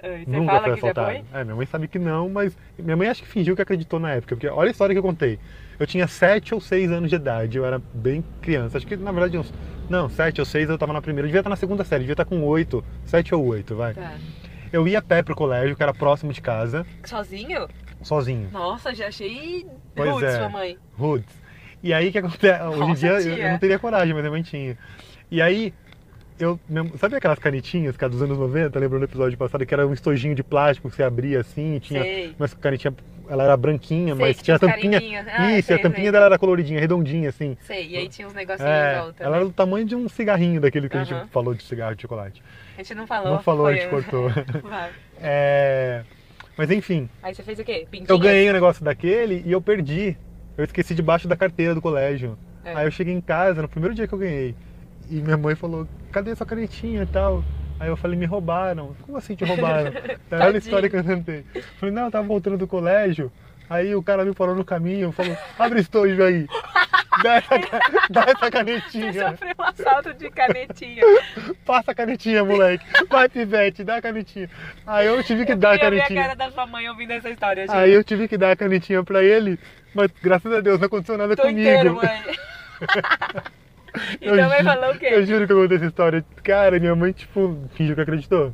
[SPEAKER 2] Você
[SPEAKER 1] nunca
[SPEAKER 2] fala
[SPEAKER 1] fui
[SPEAKER 2] que já
[SPEAKER 1] assaltada.
[SPEAKER 2] foi?
[SPEAKER 1] É, minha mãe sabe que não, mas minha mãe acho que fingiu que acreditou na época, porque olha a história que eu contei. Eu tinha 7 ou 6 anos de idade, eu era bem criança. Acho que na verdade uns não, 7 ou 6 eu tava na primeira, eu devia estar na segunda série, eu devia estar com 8, 7 ou 8, vai.
[SPEAKER 2] Tá.
[SPEAKER 1] Eu ia a pé pro colégio, que era próximo de casa,
[SPEAKER 2] Sozinho?
[SPEAKER 1] sozinho.
[SPEAKER 2] Nossa, já achei
[SPEAKER 1] Pois
[SPEAKER 2] rude
[SPEAKER 1] é.
[SPEAKER 2] sua mãe.
[SPEAKER 1] Roots. E aí o que acontece? Hoje em
[SPEAKER 2] Nossa,
[SPEAKER 1] dia eu,
[SPEAKER 2] tia.
[SPEAKER 1] eu não teria coragem, mas minha mãe tinha. E aí, eu. minha- Sabe aquelas canetinhas cara, dos anos 90? Lembra no episódio passado que era um estojinho de plástico que você abria assim, tinha.
[SPEAKER 2] Sei.
[SPEAKER 1] Mas a canetinha, ela era branquinha,
[SPEAKER 2] Sei
[SPEAKER 1] mas
[SPEAKER 2] que
[SPEAKER 1] tinha a
[SPEAKER 2] uns
[SPEAKER 1] tampinha.
[SPEAKER 2] carimbinhos. Ah,
[SPEAKER 1] Isso,
[SPEAKER 2] sei,
[SPEAKER 1] a tampinha
[SPEAKER 2] sei.
[SPEAKER 1] dela era coloridinha, redondinha, assim.
[SPEAKER 2] Sei, e aí tinha uns negocinhos
[SPEAKER 1] É,
[SPEAKER 2] em volta.
[SPEAKER 1] ela era do tamanho de um cigarrinho daquele que a
[SPEAKER 2] Aham.
[SPEAKER 1] gente falou de cigarro de chocolate.
[SPEAKER 2] A gente não falou.
[SPEAKER 1] não falou, a
[SPEAKER 2] foi
[SPEAKER 1] gente
[SPEAKER 2] eu.
[SPEAKER 1] cortou.
[SPEAKER 2] Vai.
[SPEAKER 1] É, Mas enfim,
[SPEAKER 2] Aí você fez o quê? Pintinhas?
[SPEAKER 1] eu ganhei o negócio daquele e eu perdi. Eu esqueci debaixo da carteira do colégio.
[SPEAKER 2] É.
[SPEAKER 1] Aí eu cheguei em casa, no primeiro dia que eu ganhei, e minha mãe falou, cadê sua canetinha e tal? Aí eu falei, me roubaram. Como assim te roubaram? Daí, Olha a
[SPEAKER 2] Tadinho.
[SPEAKER 1] história que eu contei. Eu Falei, não, eu tava voltando do colégio, aí o cara me parou no caminho, falou, abre estojo aí. Dá essa, ca- dá essa
[SPEAKER 2] Você
[SPEAKER 1] canetinha.
[SPEAKER 2] sofreu um assalto de canetinha.
[SPEAKER 1] Passa a canetinha, moleque. Vai, pivete, dá a canetinha. Aí eu tive que
[SPEAKER 2] eu
[SPEAKER 1] dar a
[SPEAKER 2] queria ver
[SPEAKER 1] canetinha.
[SPEAKER 2] a cara da sua mãe ouvindo essa história, gente.
[SPEAKER 1] Aí eu tive que dar a canetinha pra ele, mas graças a Deus não aconteceu nada
[SPEAKER 2] Tô
[SPEAKER 1] comigo.
[SPEAKER 2] inteiro, mãe. E tua mãe
[SPEAKER 1] ju-
[SPEAKER 2] falou Então o quê?
[SPEAKER 1] Eu juro que eu contei essa história. Cara, minha mãe, tipo, fingiu que acreditou.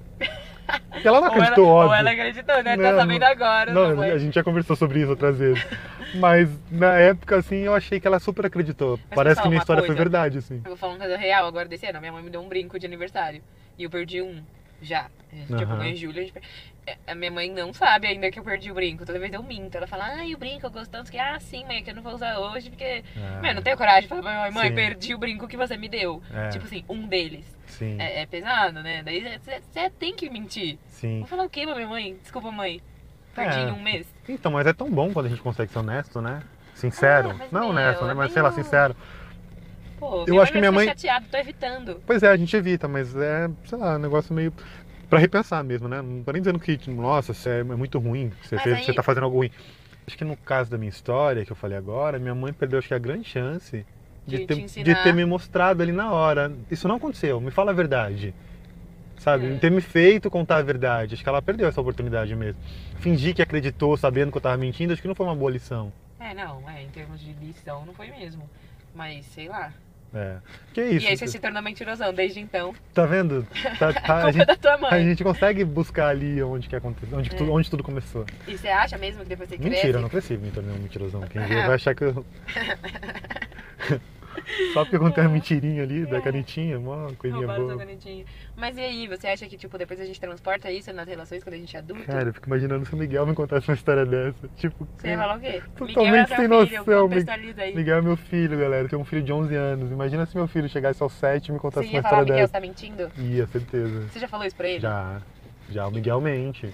[SPEAKER 1] Porque Ela não
[SPEAKER 2] ou, ela,
[SPEAKER 1] acreditou,
[SPEAKER 2] ou
[SPEAKER 1] óbvio.
[SPEAKER 2] ela acreditou, né? tá
[SPEAKER 1] Não,
[SPEAKER 2] sabendo agora.
[SPEAKER 1] Não,
[SPEAKER 2] tua mãe.
[SPEAKER 1] a gente já conversou sobre isso outras vezes. Mas na época, assim, eu achei que ela super acreditou.
[SPEAKER 2] eu
[SPEAKER 1] Parece
[SPEAKER 2] falar
[SPEAKER 1] que minha
[SPEAKER 2] uma
[SPEAKER 1] história foi
[SPEAKER 2] coisa.
[SPEAKER 1] verdade, assim.
[SPEAKER 2] Eu vou falar uma coisa real agora desse ano. Minha mãe me deu um brinco de aniversário. E eu perdi um. Já. A gente
[SPEAKER 1] Aham.
[SPEAKER 2] tipo, em julho. A, gente... per- É, a minha mãe não sabe ainda que eu perdi o brinco. Toda vez eu minto. Ela fala, ai, o brinco, eu gosto tanto que, ah, sim, mãe, que eu não vou usar hoje, porque.
[SPEAKER 1] Ah,
[SPEAKER 2] Mãe, eu não tenho coragem de falar pra minha mãe, mãe,
[SPEAKER 1] Sim.
[SPEAKER 2] perdi o brinco que você me deu.
[SPEAKER 1] É,
[SPEAKER 2] Tipo assim, um deles.
[SPEAKER 1] sim,
[SPEAKER 2] É, é pesado, né? Daí você tem que mentir.
[SPEAKER 1] sim.
[SPEAKER 2] Vou falar o quê pra minha mãe? Desculpa, mãe. Perdi
[SPEAKER 1] É.
[SPEAKER 2] em um mês.
[SPEAKER 1] Então, mas é tão bom quando a gente consegue ser honesto, né? Sincero.
[SPEAKER 2] Ah, mas,
[SPEAKER 1] não
[SPEAKER 2] meu,
[SPEAKER 1] honesto, né? Mas sei lá,
[SPEAKER 2] tem um-
[SPEAKER 1] sincero.
[SPEAKER 2] Pô,
[SPEAKER 1] Eu acho que minha
[SPEAKER 2] vai
[SPEAKER 1] mãe-
[SPEAKER 2] ficar chateada, tô evitando.
[SPEAKER 1] Pois é, a gente evita, mas é, sei lá, um negócio meio pra repensar mesmo, né? Não tô nem dizendo que, tipo, nossa, isso é é muito ruim, que você,
[SPEAKER 2] Mas
[SPEAKER 1] fez,
[SPEAKER 2] aí-
[SPEAKER 1] você tá fazendo algo ruim. Acho que no caso da minha história, que eu falei agora, minha mãe perdeu, acho que a grande chance de,
[SPEAKER 2] De
[SPEAKER 1] ter,
[SPEAKER 2] te ensinar.
[SPEAKER 1] de ter me mostrado ali na hora. Isso não aconteceu, me fala a verdade. Sabe?
[SPEAKER 2] É.
[SPEAKER 1] Ter me feito contar a verdade. Acho que ela perdeu essa oportunidade mesmo. Fingir que acreditou, sabendo que eu tava mentindo, acho que não foi uma boa lição.
[SPEAKER 2] É, não, é, em termos de lição não foi mesmo. Mas sei lá.
[SPEAKER 1] É. Que é isso.
[SPEAKER 2] e aí você se tornou mentirosão desde então.
[SPEAKER 1] Tá vendo? Tá- tá- a
[SPEAKER 2] culpa
[SPEAKER 1] gente-
[SPEAKER 2] da tua
[SPEAKER 1] A
[SPEAKER 2] mãe.
[SPEAKER 1] gente consegue buscar ali onde que aconteceu, onde, que tu-
[SPEAKER 2] É.
[SPEAKER 1] onde tudo começou.
[SPEAKER 2] E você acha mesmo que depois você cresce?
[SPEAKER 1] Mentira, eu não cresci me tornei um mentirosão. Quem vê vai achar que eu. Só porque contei uma mentirinha ali, da
[SPEAKER 2] É.
[SPEAKER 1] canetinha, uma coisinha
[SPEAKER 2] Roubaram sua
[SPEAKER 1] boa.
[SPEAKER 2] canetinha. Mas e aí, você acha que tipo, depois a gente transporta isso nas relações quando a gente é adulto?
[SPEAKER 1] Cara, eu fico imaginando se o Miguel me contasse uma história dessa. Tipo,
[SPEAKER 2] você ia falar o quê?
[SPEAKER 1] Totalmente
[SPEAKER 2] Miguel é seu
[SPEAKER 1] sem
[SPEAKER 2] filho,
[SPEAKER 1] noção,
[SPEAKER 2] contextualiza aí.
[SPEAKER 1] Miguel é meu filho, galera. Tem um filho de 11 anos. Imagina se meu filho chegasse aos 7 e me
[SPEAKER 2] Você
[SPEAKER 1] contasse uma
[SPEAKER 2] ia falar,
[SPEAKER 1] história
[SPEAKER 2] Miguel,
[SPEAKER 1] dessa.
[SPEAKER 2] tá mentindo?
[SPEAKER 1] Ia, certeza.
[SPEAKER 2] Você já falou isso pra ele?
[SPEAKER 1] Já. Já, o Miguel mente.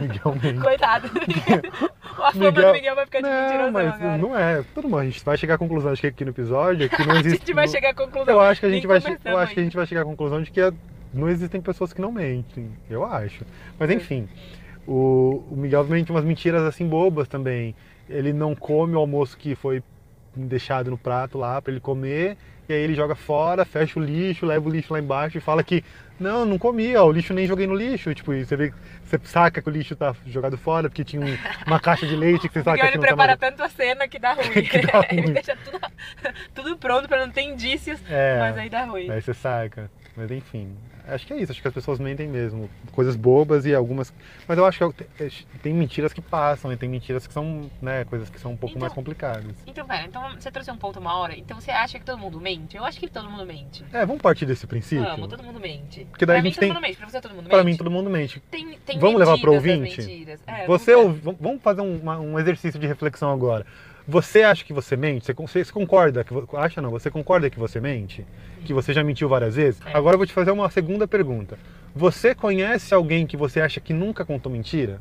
[SPEAKER 1] Miguel mente.
[SPEAKER 2] Coitado. A fama do
[SPEAKER 1] Miguel-
[SPEAKER 2] Miguel vai ficar de
[SPEAKER 1] Não,
[SPEAKER 2] mentirosão
[SPEAKER 1] mas
[SPEAKER 2] agora.
[SPEAKER 1] não é. Tudo bom, a gente vai chegar à conclusão, acho que aqui no episódio, é que não
[SPEAKER 2] A
[SPEAKER 1] existe.
[SPEAKER 2] gente vai chegar à conclusão.
[SPEAKER 1] Eu acho que a
[SPEAKER 2] Nem
[SPEAKER 1] gente vai,
[SPEAKER 2] começamos
[SPEAKER 1] eu acho que a
[SPEAKER 2] ainda.
[SPEAKER 1] gente vai chegar à conclusão de que é- não existem pessoas que não mentem, eu acho. Mas
[SPEAKER 2] É.
[SPEAKER 1] enfim, o, o Miguel mente umas mentiras assim bobas também. Ele não come o almoço que foi deixado no prato lá pra ele comer, e aí ele joga fora, fecha o lixo, leva o lixo lá embaixo e fala que não, não comi, ó, o lixo nem joguei no lixo. Tipo, e você vê, você saca que o lixo tá jogado fora porque tinha um- uma caixa de leite que você
[SPEAKER 2] O
[SPEAKER 1] saca
[SPEAKER 2] Miguel
[SPEAKER 1] que
[SPEAKER 2] ele
[SPEAKER 1] não tá mais
[SPEAKER 2] prepara tanto a cena que dá ruim.
[SPEAKER 1] Que dá
[SPEAKER 2] ele
[SPEAKER 1] ruim.
[SPEAKER 2] deixa tudo, tudo pronto pra não ter indícios,
[SPEAKER 1] É.
[SPEAKER 2] mas aí dá ruim.
[SPEAKER 1] Aí você saca. Mas enfim, acho que é isso. Acho que as pessoas mentem mesmo. Coisas bobas e algumas. Mas eu acho que eu- te- tem mentiras que passam e tem mentiras que são, né, coisas que são um pouco
[SPEAKER 2] Então-
[SPEAKER 1] mais complicadas.
[SPEAKER 2] Então, pera, então você trouxe um ponto uma hora, então você acha que todo mundo mente? Eu acho que todo mundo mente.
[SPEAKER 1] É, vamos partir desse princípio?
[SPEAKER 2] Vamos, todo mundo mente.
[SPEAKER 1] Porque daí
[SPEAKER 2] pra
[SPEAKER 1] a
[SPEAKER 2] mim
[SPEAKER 1] gente
[SPEAKER 2] todo
[SPEAKER 1] tem-
[SPEAKER 2] mundo mente, pra você todo mundo
[SPEAKER 1] Pra mim,
[SPEAKER 2] Ah, mente.
[SPEAKER 1] todo mundo mente.
[SPEAKER 2] Tem, tem
[SPEAKER 1] Vamos levar pro
[SPEAKER 2] medidas das
[SPEAKER 1] ouvinte?
[SPEAKER 2] mentiras. É,
[SPEAKER 1] você
[SPEAKER 2] vamos-
[SPEAKER 1] ouvi- vamos- Vamos fazer um, uma- um exercício de reflexão agora. Você acha que você mente? Você, con- você concorda? Que, vo- acha não? Você concorda que você mente? Que você já mentiu várias vezes?
[SPEAKER 2] É.
[SPEAKER 1] Agora eu vou te fazer uma segunda pergunta. Você conhece alguém que você acha que nunca contou mentira?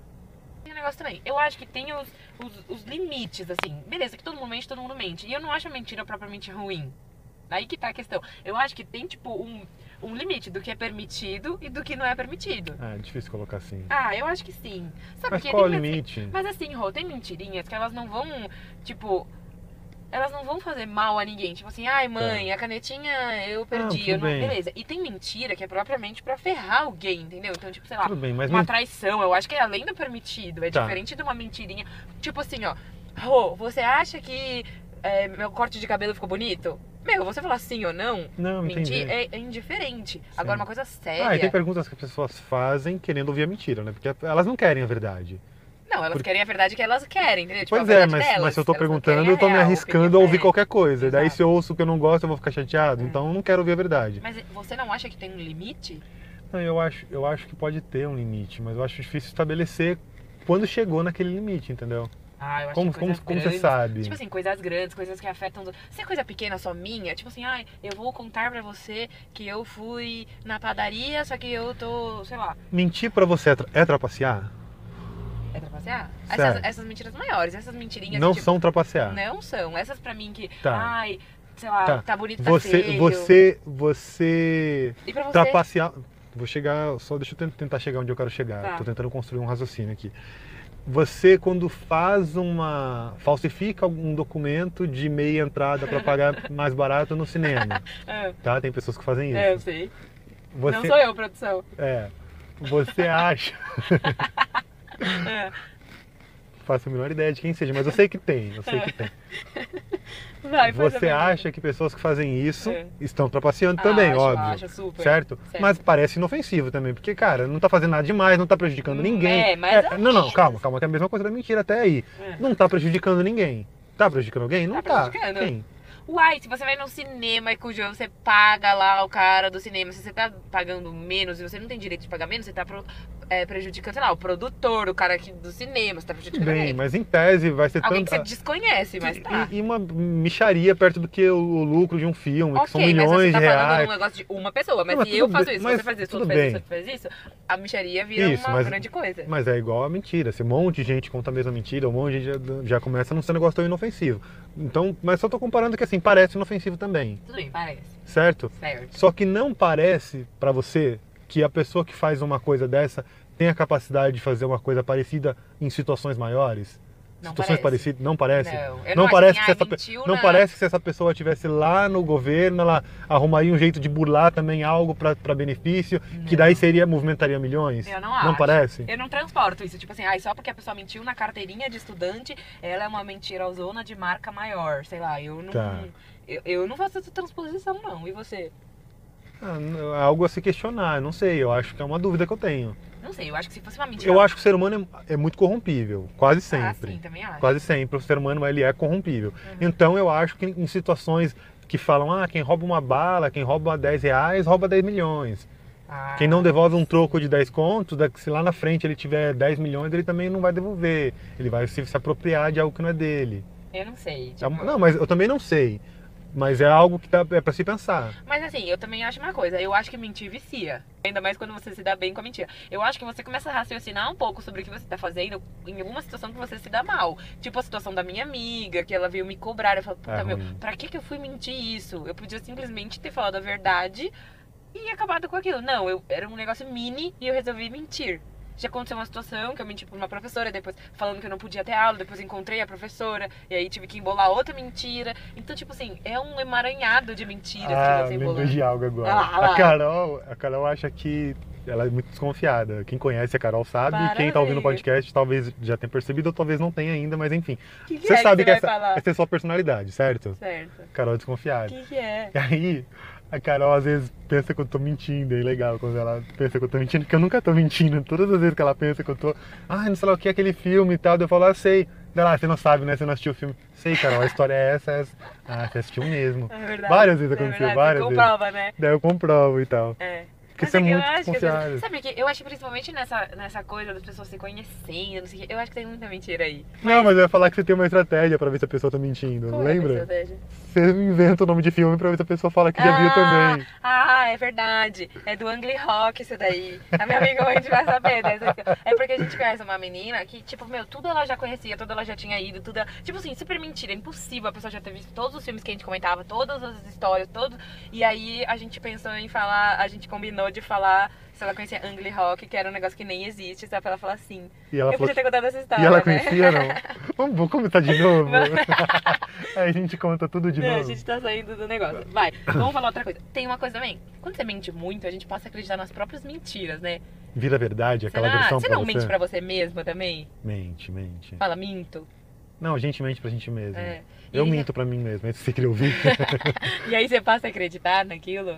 [SPEAKER 2] Tem um negócio também. Eu acho que tem os, os, os limites, assim. Beleza, que todo mundo mente, todo mundo mente. E eu não acho a mentira propriamente ruim. Daí que tá a questão. Eu acho que tem, tipo, um, um limite do que é permitido e do que não é permitido.
[SPEAKER 1] Ah, é difícil colocar assim.
[SPEAKER 2] Ah, eu acho que sim. Sabe
[SPEAKER 1] Mas
[SPEAKER 2] que
[SPEAKER 1] qual é o
[SPEAKER 2] tem coisas que-
[SPEAKER 1] limite?
[SPEAKER 2] Mas assim, Rô, tem mentirinhas que elas não vão, tipo. Elas não vão fazer mal a ninguém. Tipo assim, ai mãe, a canetinha eu perdi.
[SPEAKER 1] É. Ah, tudo
[SPEAKER 2] eu não...
[SPEAKER 1] bem.
[SPEAKER 2] Beleza. E tem mentira que é propriamente pra ferrar alguém, entendeu? Então, tipo, sei lá,
[SPEAKER 1] Tudo bem, mas
[SPEAKER 2] uma
[SPEAKER 1] men-
[SPEAKER 2] traição, eu acho que é além do permitido. É
[SPEAKER 1] Tá.
[SPEAKER 2] diferente de uma mentirinha. Tipo assim, ó, Rô, você acha que é, meu corte de cabelo ficou bonito? Meu, você falar sim ou não,
[SPEAKER 1] não, entendi.
[SPEAKER 2] mentir é, é indiferente. Agora, uma coisa
[SPEAKER 1] Ah, e
[SPEAKER 2] séria.
[SPEAKER 1] tem perguntas que as pessoas fazem querendo ouvir a mentira, né? Porque elas não querem a verdade.
[SPEAKER 2] Não, elas
[SPEAKER 1] Por-
[SPEAKER 2] querem a verdade que elas querem, entendeu? Tipo, a
[SPEAKER 1] pois é,
[SPEAKER 2] verdade
[SPEAKER 1] mas,
[SPEAKER 2] delas.
[SPEAKER 1] mas se eu tô
[SPEAKER 2] Elas não
[SPEAKER 1] perguntando,
[SPEAKER 2] querem
[SPEAKER 1] eu tô me
[SPEAKER 2] real,
[SPEAKER 1] arriscando a
[SPEAKER 2] opinião,
[SPEAKER 1] ouvir
[SPEAKER 2] é.
[SPEAKER 1] qualquer coisa. E Daí
[SPEAKER 2] Exato.
[SPEAKER 1] se eu ouço o que eu não gosto, eu vou ficar chateado.
[SPEAKER 2] É.
[SPEAKER 1] Então eu não quero ouvir a verdade.
[SPEAKER 2] Mas você não acha que tem um limite?
[SPEAKER 1] Não, eu acho, eu acho que pode ter um limite, mas eu acho difícil estabelecer quando chegou naquele limite, entendeu?
[SPEAKER 2] Ah, eu acho
[SPEAKER 1] Como,
[SPEAKER 2] que
[SPEAKER 1] como,
[SPEAKER 2] coisas
[SPEAKER 1] como você
[SPEAKER 2] grandes-
[SPEAKER 1] sabe?
[SPEAKER 2] Tipo assim, coisas grandes, coisas que afetam. do- Se é coisa pequena só minha, tipo assim, ai, eu vou contar pra você que eu fui na padaria, só que eu tô, sei lá,
[SPEAKER 1] Mentir pra você é tra- é trapacear?
[SPEAKER 2] é trapacear?
[SPEAKER 1] Sério.
[SPEAKER 2] Essas, essas mentiras maiores, essas mentirinhas
[SPEAKER 1] Não
[SPEAKER 2] que, tipo,
[SPEAKER 1] são trapacear.
[SPEAKER 2] não são. Essas pra mim que,
[SPEAKER 1] Tá.
[SPEAKER 2] ai, sei lá,
[SPEAKER 1] Tá.
[SPEAKER 2] tá, bonito, tá
[SPEAKER 1] Você,
[SPEAKER 2] feio.
[SPEAKER 1] você, tá você
[SPEAKER 2] E pra você?
[SPEAKER 1] trapacear. Vou chegar, só deixa eu ten- tentar chegar onde eu quero chegar.
[SPEAKER 2] Tá.
[SPEAKER 1] Tô tentando construir um raciocínio aqui. Você quando faz uma falsifica algum documento de meia entrada para pagar mais barato no cinema,
[SPEAKER 2] Ah,
[SPEAKER 1] tá? Tem pessoas que fazem isso.
[SPEAKER 2] é, eu sei.
[SPEAKER 1] você
[SPEAKER 2] Não sou eu, produção.
[SPEAKER 1] é. Você acha?
[SPEAKER 2] É. É.
[SPEAKER 1] Faço a menor ideia de quem seja, mas eu sei que tem, eu sei que tem.
[SPEAKER 2] Vai, faz a
[SPEAKER 1] Você
[SPEAKER 2] pergunta.
[SPEAKER 1] acha que pessoas que fazem isso
[SPEAKER 2] É. Ah,
[SPEAKER 1] estão trapaceando também,
[SPEAKER 2] Acho,
[SPEAKER 1] óbvio.
[SPEAKER 2] acho, super.
[SPEAKER 1] Certo?
[SPEAKER 2] Certo.
[SPEAKER 1] Mas parece inofensivo também, porque, cara, não tá fazendo nada demais, não tá prejudicando
[SPEAKER 2] Hum,
[SPEAKER 1] ninguém.
[SPEAKER 2] é, mas eu-
[SPEAKER 1] não, não, calma, calma, que é a mesma coisa da mentira até aí.
[SPEAKER 2] É.
[SPEAKER 1] Não tá prejudicando ninguém. Tá prejudicando alguém? Não
[SPEAKER 2] Tá
[SPEAKER 1] tá.
[SPEAKER 2] prejudicando.
[SPEAKER 1] Quem?
[SPEAKER 2] Uai, se você vai no cinema e cujo você paga lá o cara do cinema, se você tá pagando menos e você não tem direito de pagar menos, você tá pro- é, prejudicando, sei lá, o produtor, o cara aqui do cinema, você tá
[SPEAKER 1] Tudo
[SPEAKER 2] prejudicando
[SPEAKER 1] bem,
[SPEAKER 2] alguém.
[SPEAKER 1] mas em tese vai ser
[SPEAKER 2] Alguém que
[SPEAKER 1] tanta.
[SPEAKER 2] você desconhece, mas tá.
[SPEAKER 1] E, e uma micharia perto do que o, o lucro de um filme, que são
[SPEAKER 2] ok, mas
[SPEAKER 1] milhões
[SPEAKER 2] você tá
[SPEAKER 1] de
[SPEAKER 2] falando de
[SPEAKER 1] reais.
[SPEAKER 2] um negócio de uma pessoa, mas
[SPEAKER 1] Não, mas
[SPEAKER 2] se eu
[SPEAKER 1] tudo
[SPEAKER 2] faço
[SPEAKER 1] bem,
[SPEAKER 2] isso,
[SPEAKER 1] mas
[SPEAKER 2] você faz isso,
[SPEAKER 1] tudo
[SPEAKER 2] você faz
[SPEAKER 1] bem.
[SPEAKER 2] isso, você faz isso, a micharia vira
[SPEAKER 1] Isso,
[SPEAKER 2] uma
[SPEAKER 1] mas-
[SPEAKER 2] grande coisa.
[SPEAKER 1] Mas é igual a mentira. Se um monte de gente conta a mesma mentira, um monte de gente já, já começa a não ser um negócio tão inofensivo. Então, mas só tô comparando que assim, parece inofensivo também,
[SPEAKER 2] Tudo bem, parece.
[SPEAKER 1] certo?
[SPEAKER 2] Certo.
[SPEAKER 1] Só que não parece pra você que a pessoa que faz uma coisa dessa tem a capacidade de fazer uma coisa parecida em situações maiores?
[SPEAKER 2] Não
[SPEAKER 1] situações
[SPEAKER 2] parece.
[SPEAKER 1] parecidas? Não parece?
[SPEAKER 2] Não, eu não, acho
[SPEAKER 1] parece
[SPEAKER 2] assim,
[SPEAKER 1] que
[SPEAKER 2] ah,
[SPEAKER 1] essa pe-
[SPEAKER 2] mentiu
[SPEAKER 1] não
[SPEAKER 2] na-
[SPEAKER 1] parece que se essa pessoa tivesse lá no governo, ela arrumaria um jeito de burlar também algo pra pra benefício, que daí seria movimentaria milhões.
[SPEAKER 2] Eu não acho.
[SPEAKER 1] parece?
[SPEAKER 2] Eu não transporto isso, tipo assim, ai, só porque a pessoa mentiu na carteirinha de estudante, ela é uma mentirosona de marca maior, sei lá, eu não.
[SPEAKER 1] Tá.
[SPEAKER 2] Eu, eu não faço essa transposição, não. E você?
[SPEAKER 1] Ah, não- É algo a se questionar, eu não sei, eu acho que é uma dúvida que eu tenho.
[SPEAKER 2] Não sei, eu acho que se fosse uma mentira.
[SPEAKER 1] Eu acho que o ser humano é, é muito corrompível, quase
[SPEAKER 2] Ah,
[SPEAKER 1] sempre.
[SPEAKER 2] sim, também acho.
[SPEAKER 1] Quase sempre. O ser humano ele é corrompível.
[SPEAKER 2] Uhum.
[SPEAKER 1] Então eu acho que em situações que falam, ah, quem rouba uma bala, quem rouba 10 reais, rouba 10 milhões.
[SPEAKER 2] Ah,
[SPEAKER 1] Quem não devolve um troco de 10 contos, da- se lá na frente ele tiver 10 milhões, ele também não vai devolver. Ele vai se, se apropriar de algo que não é dele.
[SPEAKER 2] Eu não sei.
[SPEAKER 1] É
[SPEAKER 2] tipo-
[SPEAKER 1] um- Não, mas eu também não sei. Mas é algo que tá, é para se pensar.
[SPEAKER 2] Mas assim, eu também acho uma coisa, eu acho que mentir vicia. Ainda mais quando você se dá bem com a mentira. Eu acho que você começa a raciocinar um pouco sobre o que você tá fazendo em alguma situação que você se dá mal. Tipo a situação da minha amiga, que ela veio me cobrar. Eu falo, puta
[SPEAKER 1] É
[SPEAKER 2] meu,
[SPEAKER 1] ruim.
[SPEAKER 2] pra que, que eu fui mentir isso? Eu podia simplesmente ter falado a verdade e acabado com aquilo. Não, eu era um negócio mini e eu resolvi mentir. Já aconteceu uma situação que eu menti pra uma professora, depois falando que eu não podia ter aula, depois encontrei a professora, e aí tive que embolar outra mentira. Então, tipo assim, é um emaranhado de mentiras que
[SPEAKER 1] ah,
[SPEAKER 2] você embolou.
[SPEAKER 1] lembrei de algo agora.
[SPEAKER 2] Ah, lá.
[SPEAKER 1] a Carol, a Carol acha que ela é muito desconfiada. Quem conhece a Carol sabe, e quem tá ouvindo o
[SPEAKER 2] Maravilha.
[SPEAKER 1] podcast talvez já tenha percebido ou talvez não tenha ainda, mas enfim.
[SPEAKER 2] O que, que
[SPEAKER 1] Você
[SPEAKER 2] é
[SPEAKER 1] sabe
[SPEAKER 2] que
[SPEAKER 1] que
[SPEAKER 2] você
[SPEAKER 1] essa,
[SPEAKER 2] vai falar?
[SPEAKER 1] essa é a sua personalidade, certo?
[SPEAKER 2] Certo.
[SPEAKER 1] Carol é
[SPEAKER 2] O
[SPEAKER 1] desconfiada.
[SPEAKER 2] que, que é?
[SPEAKER 1] E aí, a Carol às vezes pensa que eu tô mentindo, é legal quando ela pensa que eu tô mentindo, porque eu nunca tô mentindo. Todas as vezes que ela pensa que eu tô, ah, não sei lá o que, aquele filme e tal, daí eu falo, ah, sei. Daí ela, "Ah, você não sabe, né? Você não assistiu o filme. Sei, Carol, a história é essa, é essa. Ah, você assistiu mesmo.
[SPEAKER 2] É verdade.
[SPEAKER 1] Várias vezes
[SPEAKER 2] É
[SPEAKER 1] aconteceu,
[SPEAKER 2] verdade,
[SPEAKER 1] várias
[SPEAKER 2] você
[SPEAKER 1] vezes.
[SPEAKER 2] comprova, né?
[SPEAKER 1] Daí eu comprovo e tal.
[SPEAKER 2] É.
[SPEAKER 1] Porque
[SPEAKER 2] Mas
[SPEAKER 1] você é
[SPEAKER 2] que eu
[SPEAKER 1] muito
[SPEAKER 2] acho que as
[SPEAKER 1] desconfiado.
[SPEAKER 2] pessoas- Sabe o que? Eu acho principalmente nessa, nessa coisa das pessoas se conhecendo, não sei o que. Eu acho que tem muita mentira aí.
[SPEAKER 1] Não, mas eu ia falar que você tem uma estratégia pra ver se a pessoa tá mentindo,
[SPEAKER 2] Qual é a
[SPEAKER 1] lembra?
[SPEAKER 2] estratégia?
[SPEAKER 1] Você inventa o nome de filme pra ver se a pessoa fala que já viu também.
[SPEAKER 2] Ah, é verdade. É do Angry Rock isso daí. A minha amiga hoje vai saber dessa história. É porque a gente conhece uma menina que, tipo, meu, tudo ela já conhecia, tudo ela já tinha ido, tudo. ela- Tipo assim, super mentira, impossível. A pessoa já ter visto todos os filmes que a gente comentava, todas as histórias, todos. E aí a gente pensou em falar, a gente combinou de falar se ela conhecia Angry Rock, que era um negócio que nem existe, sabe? Pra ela falar assim.
[SPEAKER 1] E ela falou
[SPEAKER 2] Eu podia ter contado essa história.
[SPEAKER 1] E ela
[SPEAKER 2] né?
[SPEAKER 1] conhecia, não? Vamos, vamos começar de novo?
[SPEAKER 2] Vamos.
[SPEAKER 1] Aí a gente conta tudo de
[SPEAKER 2] Não, a
[SPEAKER 1] novo.
[SPEAKER 2] gente tá saindo do negócio. Vai, vamos falar outra coisa. Tem uma coisa também. Quando você mente muito, a gente passa a acreditar nas próprias mentiras, né?
[SPEAKER 1] Vira verdade aquela
[SPEAKER 2] Será?
[SPEAKER 1] versão
[SPEAKER 2] Você
[SPEAKER 1] pra
[SPEAKER 2] não
[SPEAKER 1] você?
[SPEAKER 2] mente pra você mesma também?
[SPEAKER 1] Mente, mente.
[SPEAKER 2] Fala, minto.
[SPEAKER 1] Não, a gente mente pra gente mesmo.
[SPEAKER 2] É. E
[SPEAKER 1] Eu
[SPEAKER 2] aí-
[SPEAKER 1] minto pra mim mesmo, é isso que você queria ouvir.
[SPEAKER 2] E aí você passa a acreditar naquilo?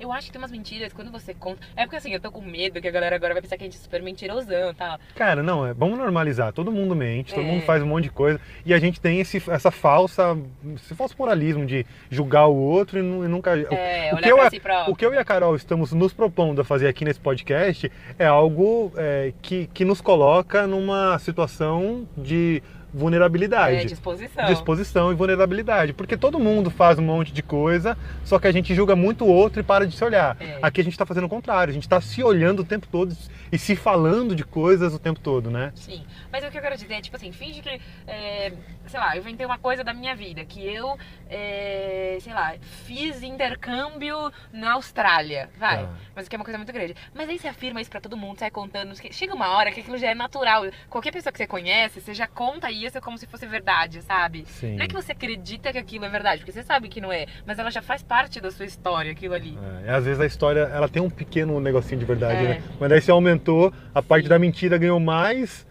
[SPEAKER 2] Eu acho que tem umas mentiras quando você conta. É porque assim, eu tô com medo que a galera agora vai pensar que a gente é super mentirosão e tal.
[SPEAKER 1] Cara, não, é, vamos normalizar. Todo mundo mente, todo
[SPEAKER 2] É.
[SPEAKER 1] mundo faz um monte de coisa. E a gente tem esse, essa falsa, esse falso moralismo de julgar o outro e, nu- e nunca.
[SPEAKER 2] É,
[SPEAKER 1] o, que
[SPEAKER 2] olhar
[SPEAKER 1] eu,
[SPEAKER 2] pra
[SPEAKER 1] a-
[SPEAKER 2] si pra.
[SPEAKER 1] o que eu e a Carol estamos nos propondo a fazer aqui nesse podcast é algo é, que, que nos coloca numa situação de vulnerabilidade.
[SPEAKER 2] É, disposição.
[SPEAKER 1] disposição e vulnerabilidade. Porque todo mundo faz um monte de coisa, só que a gente julga muito o outro e para de se olhar.
[SPEAKER 2] É.
[SPEAKER 1] Aqui a gente tá fazendo o contrário, a gente tá se olhando o tempo todo e se falando de coisas o tempo todo, né?
[SPEAKER 2] Sim, mas o que eu quero dizer é, tipo assim, finge que, é, sei lá, eu inventei uma coisa da minha vida, que eu, é, sei lá, fiz intercâmbio na Austrália, vai.
[SPEAKER 1] Tá.
[SPEAKER 2] Mas que é uma coisa muito grande. Mas aí você afirma isso pra todo mundo, sai contando, não sei o quê. chega uma hora que aquilo já é natural. Qualquer pessoa que você conhece, você já conta isso como se fosse verdade, sabe?
[SPEAKER 1] Sim.
[SPEAKER 2] Não é que você acredita que aquilo é verdade, porque você sabe que não é, mas ela já faz parte da sua história, aquilo ali.
[SPEAKER 1] É, às vezes a história ela tem um pequeno negocinho de verdade,
[SPEAKER 2] É.
[SPEAKER 1] né? Mas daí você aumentou, a parte
[SPEAKER 2] Sim.
[SPEAKER 1] da mentira ganhou mais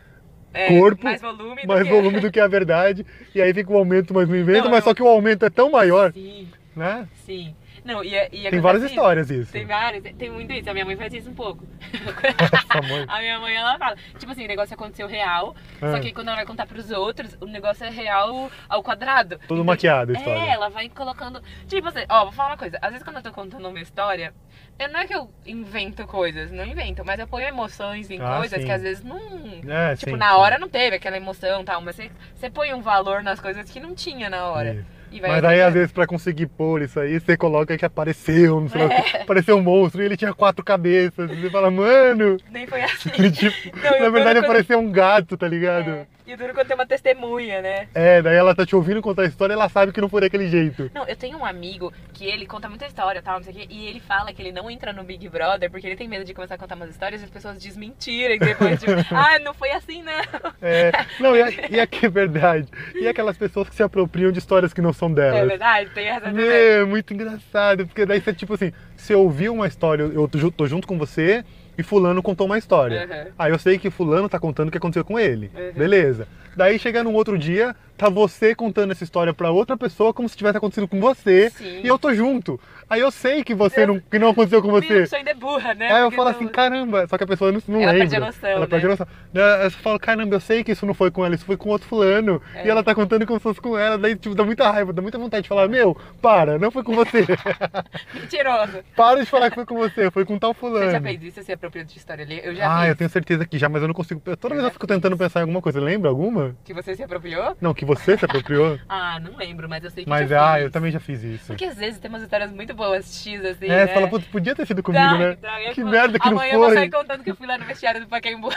[SPEAKER 2] é,
[SPEAKER 1] corpo,
[SPEAKER 2] mais volume,
[SPEAKER 1] mais
[SPEAKER 2] do que...
[SPEAKER 1] volume do que a verdade. E aí fica o aumento mais no invento,
[SPEAKER 2] Não,
[SPEAKER 1] mas
[SPEAKER 2] eu-
[SPEAKER 1] só que o aumento é tão maior,
[SPEAKER 2] Sim,
[SPEAKER 1] né?
[SPEAKER 2] sim. Não, e, é- e
[SPEAKER 1] Tem
[SPEAKER 2] acontece
[SPEAKER 1] várias
[SPEAKER 2] isso.
[SPEAKER 1] histórias isso.
[SPEAKER 2] Tem várias, tem muito isso. A minha mãe faz isso um pouco.
[SPEAKER 1] Sua mãe-
[SPEAKER 2] A minha mãe, ela fala, tipo assim, o negócio aconteceu real,
[SPEAKER 1] Ah.
[SPEAKER 2] só que quando ela vai contar pros outros, o negócio é real ao quadrado.
[SPEAKER 1] Tudo maquiado a
[SPEAKER 2] tipo,
[SPEAKER 1] história.
[SPEAKER 2] É, ela vai colocando. Tipo assim, ó, vou falar uma coisa. Às vezes quando eu tô contando uma história, eu, não é que eu invento coisas, não invento, mas eu ponho emoções em
[SPEAKER 1] Ah,
[SPEAKER 2] coisas
[SPEAKER 1] sim.
[SPEAKER 2] que às vezes não.
[SPEAKER 1] É,
[SPEAKER 2] Tipo,
[SPEAKER 1] sim,
[SPEAKER 2] na
[SPEAKER 1] sim.
[SPEAKER 2] hora não teve aquela emoção e tal, mas você, você põe um valor nas coisas que não tinha na hora.
[SPEAKER 1] Isso.
[SPEAKER 2] E vai
[SPEAKER 1] Mas aí, às
[SPEAKER 2] aumentando.
[SPEAKER 1] vezes, pra conseguir pôr isso aí, você coloca que apareceu, não sei lá o
[SPEAKER 2] É.
[SPEAKER 1] quê. apareceu um monstro e ele tinha quatro cabeças. E você fala, mano,
[SPEAKER 2] Nem foi assim.
[SPEAKER 1] tipo,
[SPEAKER 2] Não, e o
[SPEAKER 1] na
[SPEAKER 2] duro
[SPEAKER 1] verdade
[SPEAKER 2] quando-
[SPEAKER 1] apareceu um gato, tá ligado?
[SPEAKER 2] É, E o duro quando tem uma testemunha, né?
[SPEAKER 1] É, daí ela tá te ouvindo contar a história e ela sabe que não foi daquele jeito.
[SPEAKER 2] Não, eu tenho um amigo que ele conta muita história tal, não sei o quê, e ele fala que ele não entra no Big Brother porque ele tem medo de começar a contar umas histórias e as pessoas desmentirem depois, tipo, ah, não foi assim, não.
[SPEAKER 1] É, não, e, a, e a que é verdade? E aquelas pessoas que se apropriam de histórias que não são
[SPEAKER 2] É
[SPEAKER 1] delas?
[SPEAKER 2] verdade, tem essa também.
[SPEAKER 1] É, muito engraçado, porque daí você, tipo assim, você ouviu uma história, eu tô ju- tô junto com você e fulano contou uma história.
[SPEAKER 2] Uhum.
[SPEAKER 1] Aí eu sei que fulano tá contando o que aconteceu com ele.
[SPEAKER 2] Uhum.
[SPEAKER 1] Beleza. Daí chega num outro dia, tá você contando essa história pra outra pessoa como se tivesse acontecido com você.
[SPEAKER 2] Sim.
[SPEAKER 1] E eu tô junto. Aí eu sei que você não, que não aconteceu com
[SPEAKER 2] Meu,
[SPEAKER 1] você.
[SPEAKER 2] isso ainda é burra, né?
[SPEAKER 1] Aí eu
[SPEAKER 2] Porque
[SPEAKER 1] falo
[SPEAKER 2] não-
[SPEAKER 1] assim, caramba, só que a pessoa não, não
[SPEAKER 2] Ela
[SPEAKER 1] lembra.
[SPEAKER 2] perde a noção,
[SPEAKER 1] Ela tá
[SPEAKER 2] né?
[SPEAKER 1] perde a noção. Daí Eu falo, caramba, eu sei que isso não foi com ela, isso foi com outro fulano.
[SPEAKER 2] É.
[SPEAKER 1] E ela tá contando como se fosse com ela. Daí, tipo, dá muita raiva, dá muita vontade de falar, meu, para, não foi com você.
[SPEAKER 2] Mentiroso.
[SPEAKER 1] para de falar que foi com você, foi com tal fulano.
[SPEAKER 2] Você já fez isso, você apropriou de história ali? Eu já
[SPEAKER 1] ah,
[SPEAKER 2] fiz.
[SPEAKER 1] eu tenho certeza que já, mas eu não consigo. Toda
[SPEAKER 2] Eu
[SPEAKER 1] vez
[SPEAKER 2] já
[SPEAKER 1] eu fico tentando pensar em alguma coisa. Lembra alguma?
[SPEAKER 2] Que você se apropriou?
[SPEAKER 1] Não, que você se apropriou.
[SPEAKER 2] Ah, não lembro, mas eu sei que
[SPEAKER 1] Mas,
[SPEAKER 2] já
[SPEAKER 1] ah,
[SPEAKER 2] fiz.
[SPEAKER 1] eu também já fiz isso.
[SPEAKER 2] Porque às vezes tem umas histórias muito boas, X, assim,
[SPEAKER 1] É,
[SPEAKER 2] né?
[SPEAKER 1] fala, putz, podia ter sido comigo,
[SPEAKER 2] Droga,
[SPEAKER 1] né?
[SPEAKER 2] droga, eu
[SPEAKER 1] Que
[SPEAKER 2] falo,
[SPEAKER 1] merda que não
[SPEAKER 2] Amanhã eu vou
[SPEAKER 1] foi."
[SPEAKER 2] sair contando que eu fui lá no vestiário do Pacaembu.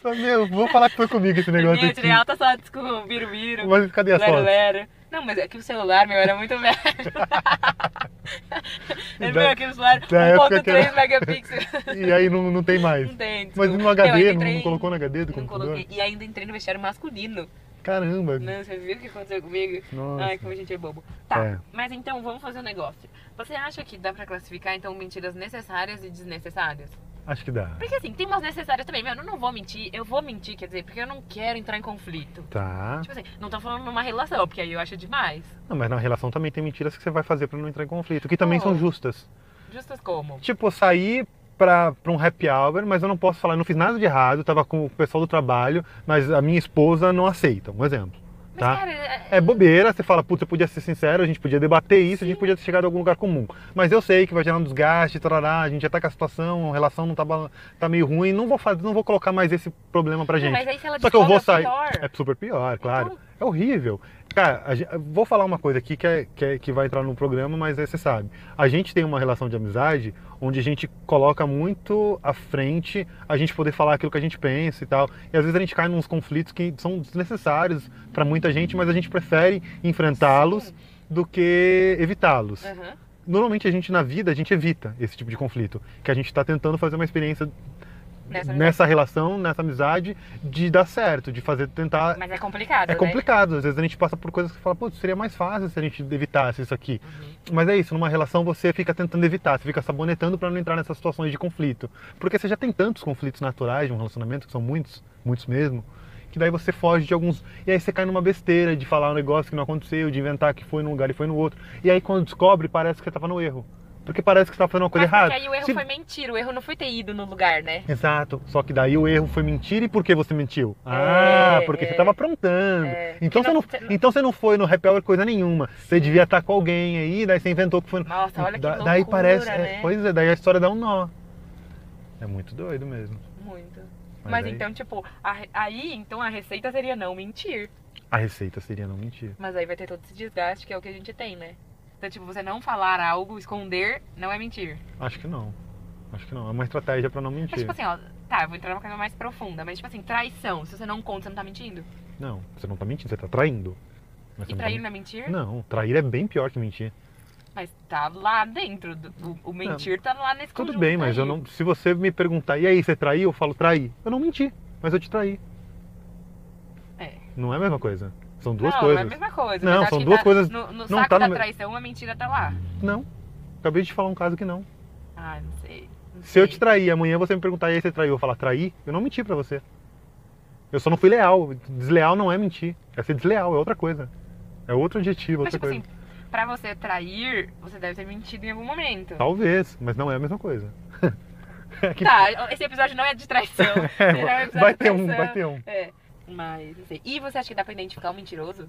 [SPEAKER 1] Fala, meu, vou falar que foi comigo esse negócio
[SPEAKER 2] Minha
[SPEAKER 1] aqui.
[SPEAKER 2] tirei né? alta fotos com o biru-biru,
[SPEAKER 1] Mas cadê a
[SPEAKER 2] lero,
[SPEAKER 1] foto?
[SPEAKER 2] lero. Não, mas é que o celular, meu, era muito velho. Ele
[SPEAKER 1] Da-
[SPEAKER 2] veio aqui no celular,
[SPEAKER 1] da época
[SPEAKER 2] 1.3
[SPEAKER 1] que era-
[SPEAKER 2] megapixels.
[SPEAKER 1] E aí não, não tem mais.
[SPEAKER 2] Não tem, desculpa.
[SPEAKER 1] Mas no
[SPEAKER 2] Não,
[SPEAKER 1] HD,
[SPEAKER 2] ainda
[SPEAKER 1] não,
[SPEAKER 2] entrei
[SPEAKER 1] não
[SPEAKER 2] em-
[SPEAKER 1] colocou no HD do
[SPEAKER 2] Não
[SPEAKER 1] computador?
[SPEAKER 2] coloquei. E ainda entrei no vestiário masculino.
[SPEAKER 1] Caramba.
[SPEAKER 2] Não, você viu o que aconteceu comigo?
[SPEAKER 1] Nossa.
[SPEAKER 2] Ai, como a gente é bobo. Tá,
[SPEAKER 1] É.
[SPEAKER 2] mas então vamos fazer um negócio. Você acha que dá pra classificar, então, mentiras necessárias e desnecessárias?
[SPEAKER 1] Acho que dá.
[SPEAKER 2] Porque assim, tem umas necessárias também. Meu, eu não vou mentir, eu vou mentir, quer dizer, porque eu não quero entrar em conflito.
[SPEAKER 1] Tá.
[SPEAKER 2] Tipo assim, não tô falando numa relação, porque aí eu acho demais.
[SPEAKER 1] Não, mas na relação também tem mentiras que você vai fazer pra não entrar em conflito, que também
[SPEAKER 2] Oh.
[SPEAKER 1] são justas.
[SPEAKER 2] Justas como?
[SPEAKER 1] Tipo, eu saí pra, pra um happy hour, mas eu não posso falar, eu não fiz nada de errado, tava com o pessoal do trabalho, mas a minha esposa não aceita, um exemplo.
[SPEAKER 2] Mas,
[SPEAKER 1] Tá?
[SPEAKER 2] cara, é-
[SPEAKER 1] É bobeira, você fala, putz, eu podia ser sincero, a gente podia debater isso, a gente
[SPEAKER 2] Sim.
[SPEAKER 1] podia ter chegado a algum lugar comum. Mas eu sei que vai gerar um desgaste, tarará, a gente já tá com a situação, a relação não tá, ba- tá meio ruim, não vou fazer, não vou colocar mais esse problema pra
[SPEAKER 2] não,
[SPEAKER 1] gente.
[SPEAKER 2] mas aí se ela
[SPEAKER 1] Só que eu vou
[SPEAKER 2] descobre,
[SPEAKER 1] sair.
[SPEAKER 2] é pior.
[SPEAKER 1] É super pior, claro.
[SPEAKER 2] Então-
[SPEAKER 1] É horrível. Cara, a gen- eu vou falar uma coisa aqui que, é, que, é- que vai entrar no programa, mas aí você sabe. A gente tem uma relação de amizade onde a gente coloca muito à frente a gente poder falar aquilo que a gente pensa e tal. E às vezes a gente cai nos conflitos que são desnecessários pra muita gente, mas a gente prefere enfrentá-los
[SPEAKER 2] Sim. É.
[SPEAKER 1] do que evitá-los.
[SPEAKER 2] Então, Aham.
[SPEAKER 1] Normalmente a gente na vida, a gente evita esse tipo de conflito, que a gente está tentando fazer uma experiência
[SPEAKER 2] Nessa-
[SPEAKER 1] nessa relação, nessa amizade, de dar certo, de fazer, tentar
[SPEAKER 2] Mas é complicado,
[SPEAKER 1] é complicado, às vezes a gente passa por coisas que fala, putz, seria mais fácil se a gente evitasse isso aqui.
[SPEAKER 2] Uhum.
[SPEAKER 1] Mas é isso, numa relação você fica tentando evitar, você fica sabonetando pra não entrar nessas situações de conflito. Porque você já tem tantos conflitos naturais de um relacionamento, que são muitos, muitos mesmo, que daí você foge de alguns. E aí você cai numa besteira de falar um negócio que não aconteceu, de inventar que foi num lugar e foi no outro. E aí quando descobre, parece que você tava no erro. Porque parece que você tava fazendo uma coisa
[SPEAKER 2] Mas porque
[SPEAKER 1] errada.
[SPEAKER 2] aí o erro
[SPEAKER 1] Se-
[SPEAKER 2] foi mentira, o erro não foi ter ido no lugar, né?
[SPEAKER 1] Exato. Só que daí o erro foi mentira e por que você mentiu? Ah,
[SPEAKER 2] É,
[SPEAKER 1] porque
[SPEAKER 2] é.
[SPEAKER 1] você tava aprontando.
[SPEAKER 2] É.
[SPEAKER 1] Então,
[SPEAKER 2] Que não-
[SPEAKER 1] você
[SPEAKER 2] você
[SPEAKER 1] não,
[SPEAKER 2] não-
[SPEAKER 1] então você não foi no happy hour coisa nenhuma. Você devia estar com alguém aí, daí você inventou que foi. no-
[SPEAKER 2] Nossa, olha que
[SPEAKER 1] Da-
[SPEAKER 2] loucura,
[SPEAKER 1] daí parece. é,
[SPEAKER 2] né?
[SPEAKER 1] pois é, daí a história dá um nó. É muito doido mesmo.
[SPEAKER 2] Muito.
[SPEAKER 1] Mas
[SPEAKER 2] Mas,
[SPEAKER 1] aí-
[SPEAKER 2] então, tipo, a re- aí então a receita seria não mentir.
[SPEAKER 1] A receita seria não mentir.
[SPEAKER 2] Mas aí vai ter todo esse desgaste que é o que a gente tem, né? Então, tipo, você não falar algo, esconder, não é mentir.
[SPEAKER 1] Acho que não. Acho que não. É uma estratégia pra não
[SPEAKER 2] Mas,
[SPEAKER 1] mentir.
[SPEAKER 2] tipo assim, ó, tá, eu vou entrar numa coisa mais profunda, mas, tipo assim, traição. Se você não conta, você não tá mentindo?
[SPEAKER 1] Não, você não tá mentindo, você tá traindo. Mas
[SPEAKER 2] E
[SPEAKER 1] você
[SPEAKER 2] trair
[SPEAKER 1] não,
[SPEAKER 2] não
[SPEAKER 1] tá
[SPEAKER 2] é mentir?
[SPEAKER 1] men- não, trair é bem pior que mentir.
[SPEAKER 2] Mas tá lá dentro. do- o, o mentir tá lá nesse
[SPEAKER 1] Tudo
[SPEAKER 2] conjunto
[SPEAKER 1] bem, mas
[SPEAKER 2] aí.
[SPEAKER 1] eu não. Se você me perguntar, e aí, você traiu? Eu falo, traí. Eu não menti, mas eu te traí.
[SPEAKER 2] É.
[SPEAKER 1] Não é a mesma coisa. São duas
[SPEAKER 2] não,
[SPEAKER 1] coisas.
[SPEAKER 2] Não, é a mesma coisa.
[SPEAKER 1] Não,
[SPEAKER 2] mas acho
[SPEAKER 1] são
[SPEAKER 2] que
[SPEAKER 1] duas
[SPEAKER 2] tá-
[SPEAKER 1] coisas-
[SPEAKER 2] No, no
[SPEAKER 1] não
[SPEAKER 2] saco
[SPEAKER 1] tá no
[SPEAKER 2] da
[SPEAKER 1] me-
[SPEAKER 2] traição, a mentira tá lá.
[SPEAKER 1] Não. Acabei de falar um caso que não.
[SPEAKER 2] Ah, não sei. não
[SPEAKER 1] Se eu
[SPEAKER 2] sei.
[SPEAKER 1] te trair, amanhã você me perguntar, e aí você traiu? Eu falar, traí? Eu não menti pra você. Eu só não fui leal. Desleal não é mentir. É ser desleal, é outra coisa. É outro adjetivo,
[SPEAKER 2] Mas,
[SPEAKER 1] outra
[SPEAKER 2] tipo
[SPEAKER 1] coisa.
[SPEAKER 2] assim, pra você trair, você deve ter mentido em algum momento.
[SPEAKER 1] Talvez, mas não é a mesma coisa. É que-
[SPEAKER 2] Tá, esse episódio não é de traição. Ele é um episódio
[SPEAKER 1] vai
[SPEAKER 2] de
[SPEAKER 1] ter um,
[SPEAKER 2] traição.
[SPEAKER 1] vai ter um.
[SPEAKER 2] É. Mas, não sei. E você acha que dá pra identificar um mentiroso?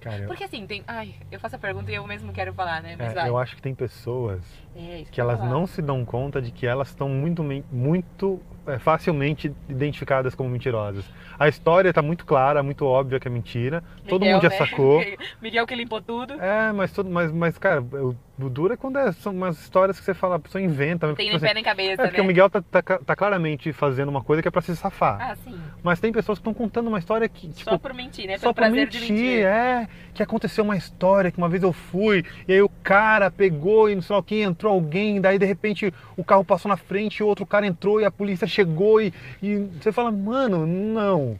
[SPEAKER 1] Cara, eu,
[SPEAKER 2] Porque assim, tem. Ai, eu faço a pergunta e eu mesmo quero falar, né? Mas
[SPEAKER 1] é,
[SPEAKER 2] vai.
[SPEAKER 1] eu acho que tem pessoas
[SPEAKER 2] É, isso
[SPEAKER 1] que elas
[SPEAKER 2] eu ia falar.
[SPEAKER 1] não se dão conta de que elas estão muito, men- muito é, facilmente identificadas como mentirosas. A história tá muito clara, muito óbvia que é mentira. todo
[SPEAKER 2] Miguel,
[SPEAKER 1] mundo já
[SPEAKER 2] né?
[SPEAKER 1] sacou.
[SPEAKER 2] Miguel que limpou tudo.
[SPEAKER 1] É, mas tudo, mas, mas cara, o o duro é quando é- são umas histórias que você fala, a pessoa inventa. mas,
[SPEAKER 2] Tem
[SPEAKER 1] tipo
[SPEAKER 2] nem
[SPEAKER 1] assim,
[SPEAKER 2] pé nem cabeça,
[SPEAKER 1] é porque
[SPEAKER 2] né?
[SPEAKER 1] o Miguel tá, tá, tá claramente fazendo uma coisa que é pra se safar.
[SPEAKER 2] Ah, sim.
[SPEAKER 1] Mas tem pessoas que estão contando uma história que, tipo,
[SPEAKER 2] só por mentir, né?
[SPEAKER 1] só
[SPEAKER 2] Pelo
[SPEAKER 1] pra
[SPEAKER 2] prazer
[SPEAKER 1] mentir,
[SPEAKER 2] de mentir.
[SPEAKER 1] é. Que aconteceu uma história que uma vez eu fui, e aí o cara pegou e não sei lá o que, entrou alguém, daí de repente o carro passou na frente, e outro cara entrou e a polícia chegou e, e você fala, mano, não.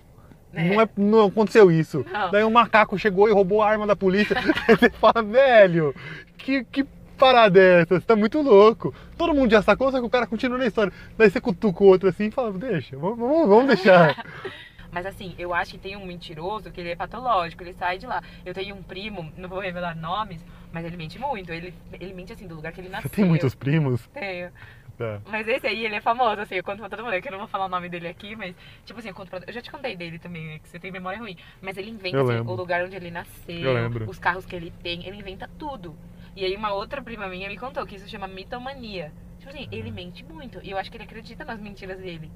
[SPEAKER 2] É.
[SPEAKER 1] Não, é, não aconteceu isso.
[SPEAKER 2] Não.
[SPEAKER 1] Daí um macaco chegou e roubou a arma da polícia. Aí você fala, velho, que, que parada é essa? Você tá muito louco. Todo mundo já sacou, só que o cara continua na história. Daí você cutuca o outro assim e fala, deixa, vamos, vamos- vamos deixar.
[SPEAKER 2] Mas assim, eu acho que tem um mentiroso que ele é patológico, ele sai de lá. Eu tenho um primo, não vou revelar nomes, mas ele mente muito. Ele, ele mente assim, do lugar que ele
[SPEAKER 1] Você
[SPEAKER 2] nasceu.
[SPEAKER 1] tem muitos primos?
[SPEAKER 2] Tenho.
[SPEAKER 1] Tá.
[SPEAKER 2] Mas esse aí, ele é famoso, assim, eu conto pra todo mundo. É que eu não vou falar o nome dele aqui, mas, tipo assim, eu conto pra... Eu já te contei dele também, né, que você tem memória ruim. Mas ele inventa,
[SPEAKER 1] Eu
[SPEAKER 2] assim,
[SPEAKER 1] lembro.
[SPEAKER 2] o lugar onde ele nasceu,
[SPEAKER 1] Eu lembro.
[SPEAKER 2] os carros que ele tem, ele inventa tudo. E aí uma outra prima minha me contou que isso chama mitomania. Tipo assim,
[SPEAKER 1] Uhum.
[SPEAKER 2] ele mente muito. E eu acho que ele acredita nas mentiras dele.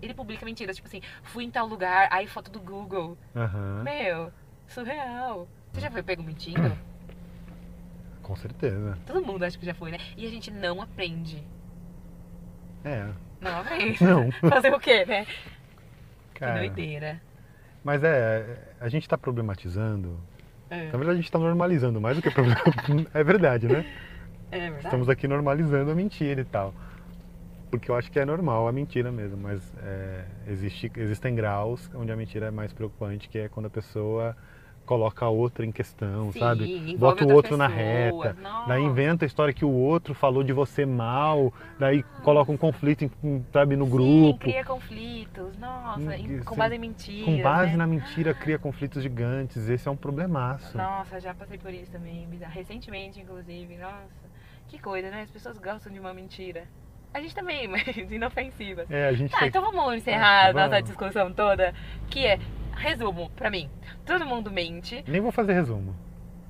[SPEAKER 2] Ele publica mentiras, tipo assim, fui em tal lugar, aí foto do Google.
[SPEAKER 1] Aham.
[SPEAKER 2] Meu, surreal. Você já foi pego mentindo?
[SPEAKER 1] Com certeza.
[SPEAKER 2] Todo mundo acha que já foi, né? E a gente não aprende.
[SPEAKER 1] É.
[SPEAKER 2] Não aprende.
[SPEAKER 1] Não, É.
[SPEAKER 2] Fazer o quê, né? Que
[SPEAKER 1] cara.
[SPEAKER 2] doideira.
[SPEAKER 1] Mas é, a gente tá problematizando.
[SPEAKER 2] É,
[SPEAKER 1] Na verdade, a gente tá normalizando mais do que problema. é verdade, né?
[SPEAKER 2] é verdade.
[SPEAKER 1] Estamos aqui normalizando a mentira e tal. Porque eu acho que é normal a mentira mesmo, mas é, existe, existem graus onde a mentira é mais preocupante, que é quando a pessoa coloca a outra em questão,
[SPEAKER 2] Sim,
[SPEAKER 1] sabe?
[SPEAKER 2] envolve
[SPEAKER 1] Bota o
[SPEAKER 2] outras
[SPEAKER 1] outro na
[SPEAKER 2] pessoas.
[SPEAKER 1] reta.
[SPEAKER 2] Nossa.
[SPEAKER 1] Daí inventa a história que o outro falou de você mal, daí coloca um conflito, em- em- sabe, no
[SPEAKER 2] Sim,
[SPEAKER 1] grupo.
[SPEAKER 2] cria conflitos. Nossa, em-
[SPEAKER 1] Isso. é
[SPEAKER 2] com base em mentiras.
[SPEAKER 1] Com base
[SPEAKER 2] né?
[SPEAKER 1] na mentira cria conflitos gigantes, esse é um problemaço.
[SPEAKER 2] Nossa, já passei por isso também. bizarro. Recentemente, inclusive. Nossa, que coisa, né? As pessoas gostam de uma mentira. A gente também, mas inofensiva.
[SPEAKER 1] É, a gente
[SPEAKER 2] Tá,
[SPEAKER 1] tem-
[SPEAKER 2] então vamos encerrar
[SPEAKER 1] Ah, tá
[SPEAKER 2] nossa
[SPEAKER 1] bom.
[SPEAKER 2] discussão toda, que é, resumo, pra mim, todo mundo mente,
[SPEAKER 1] nem vou fazer resumo.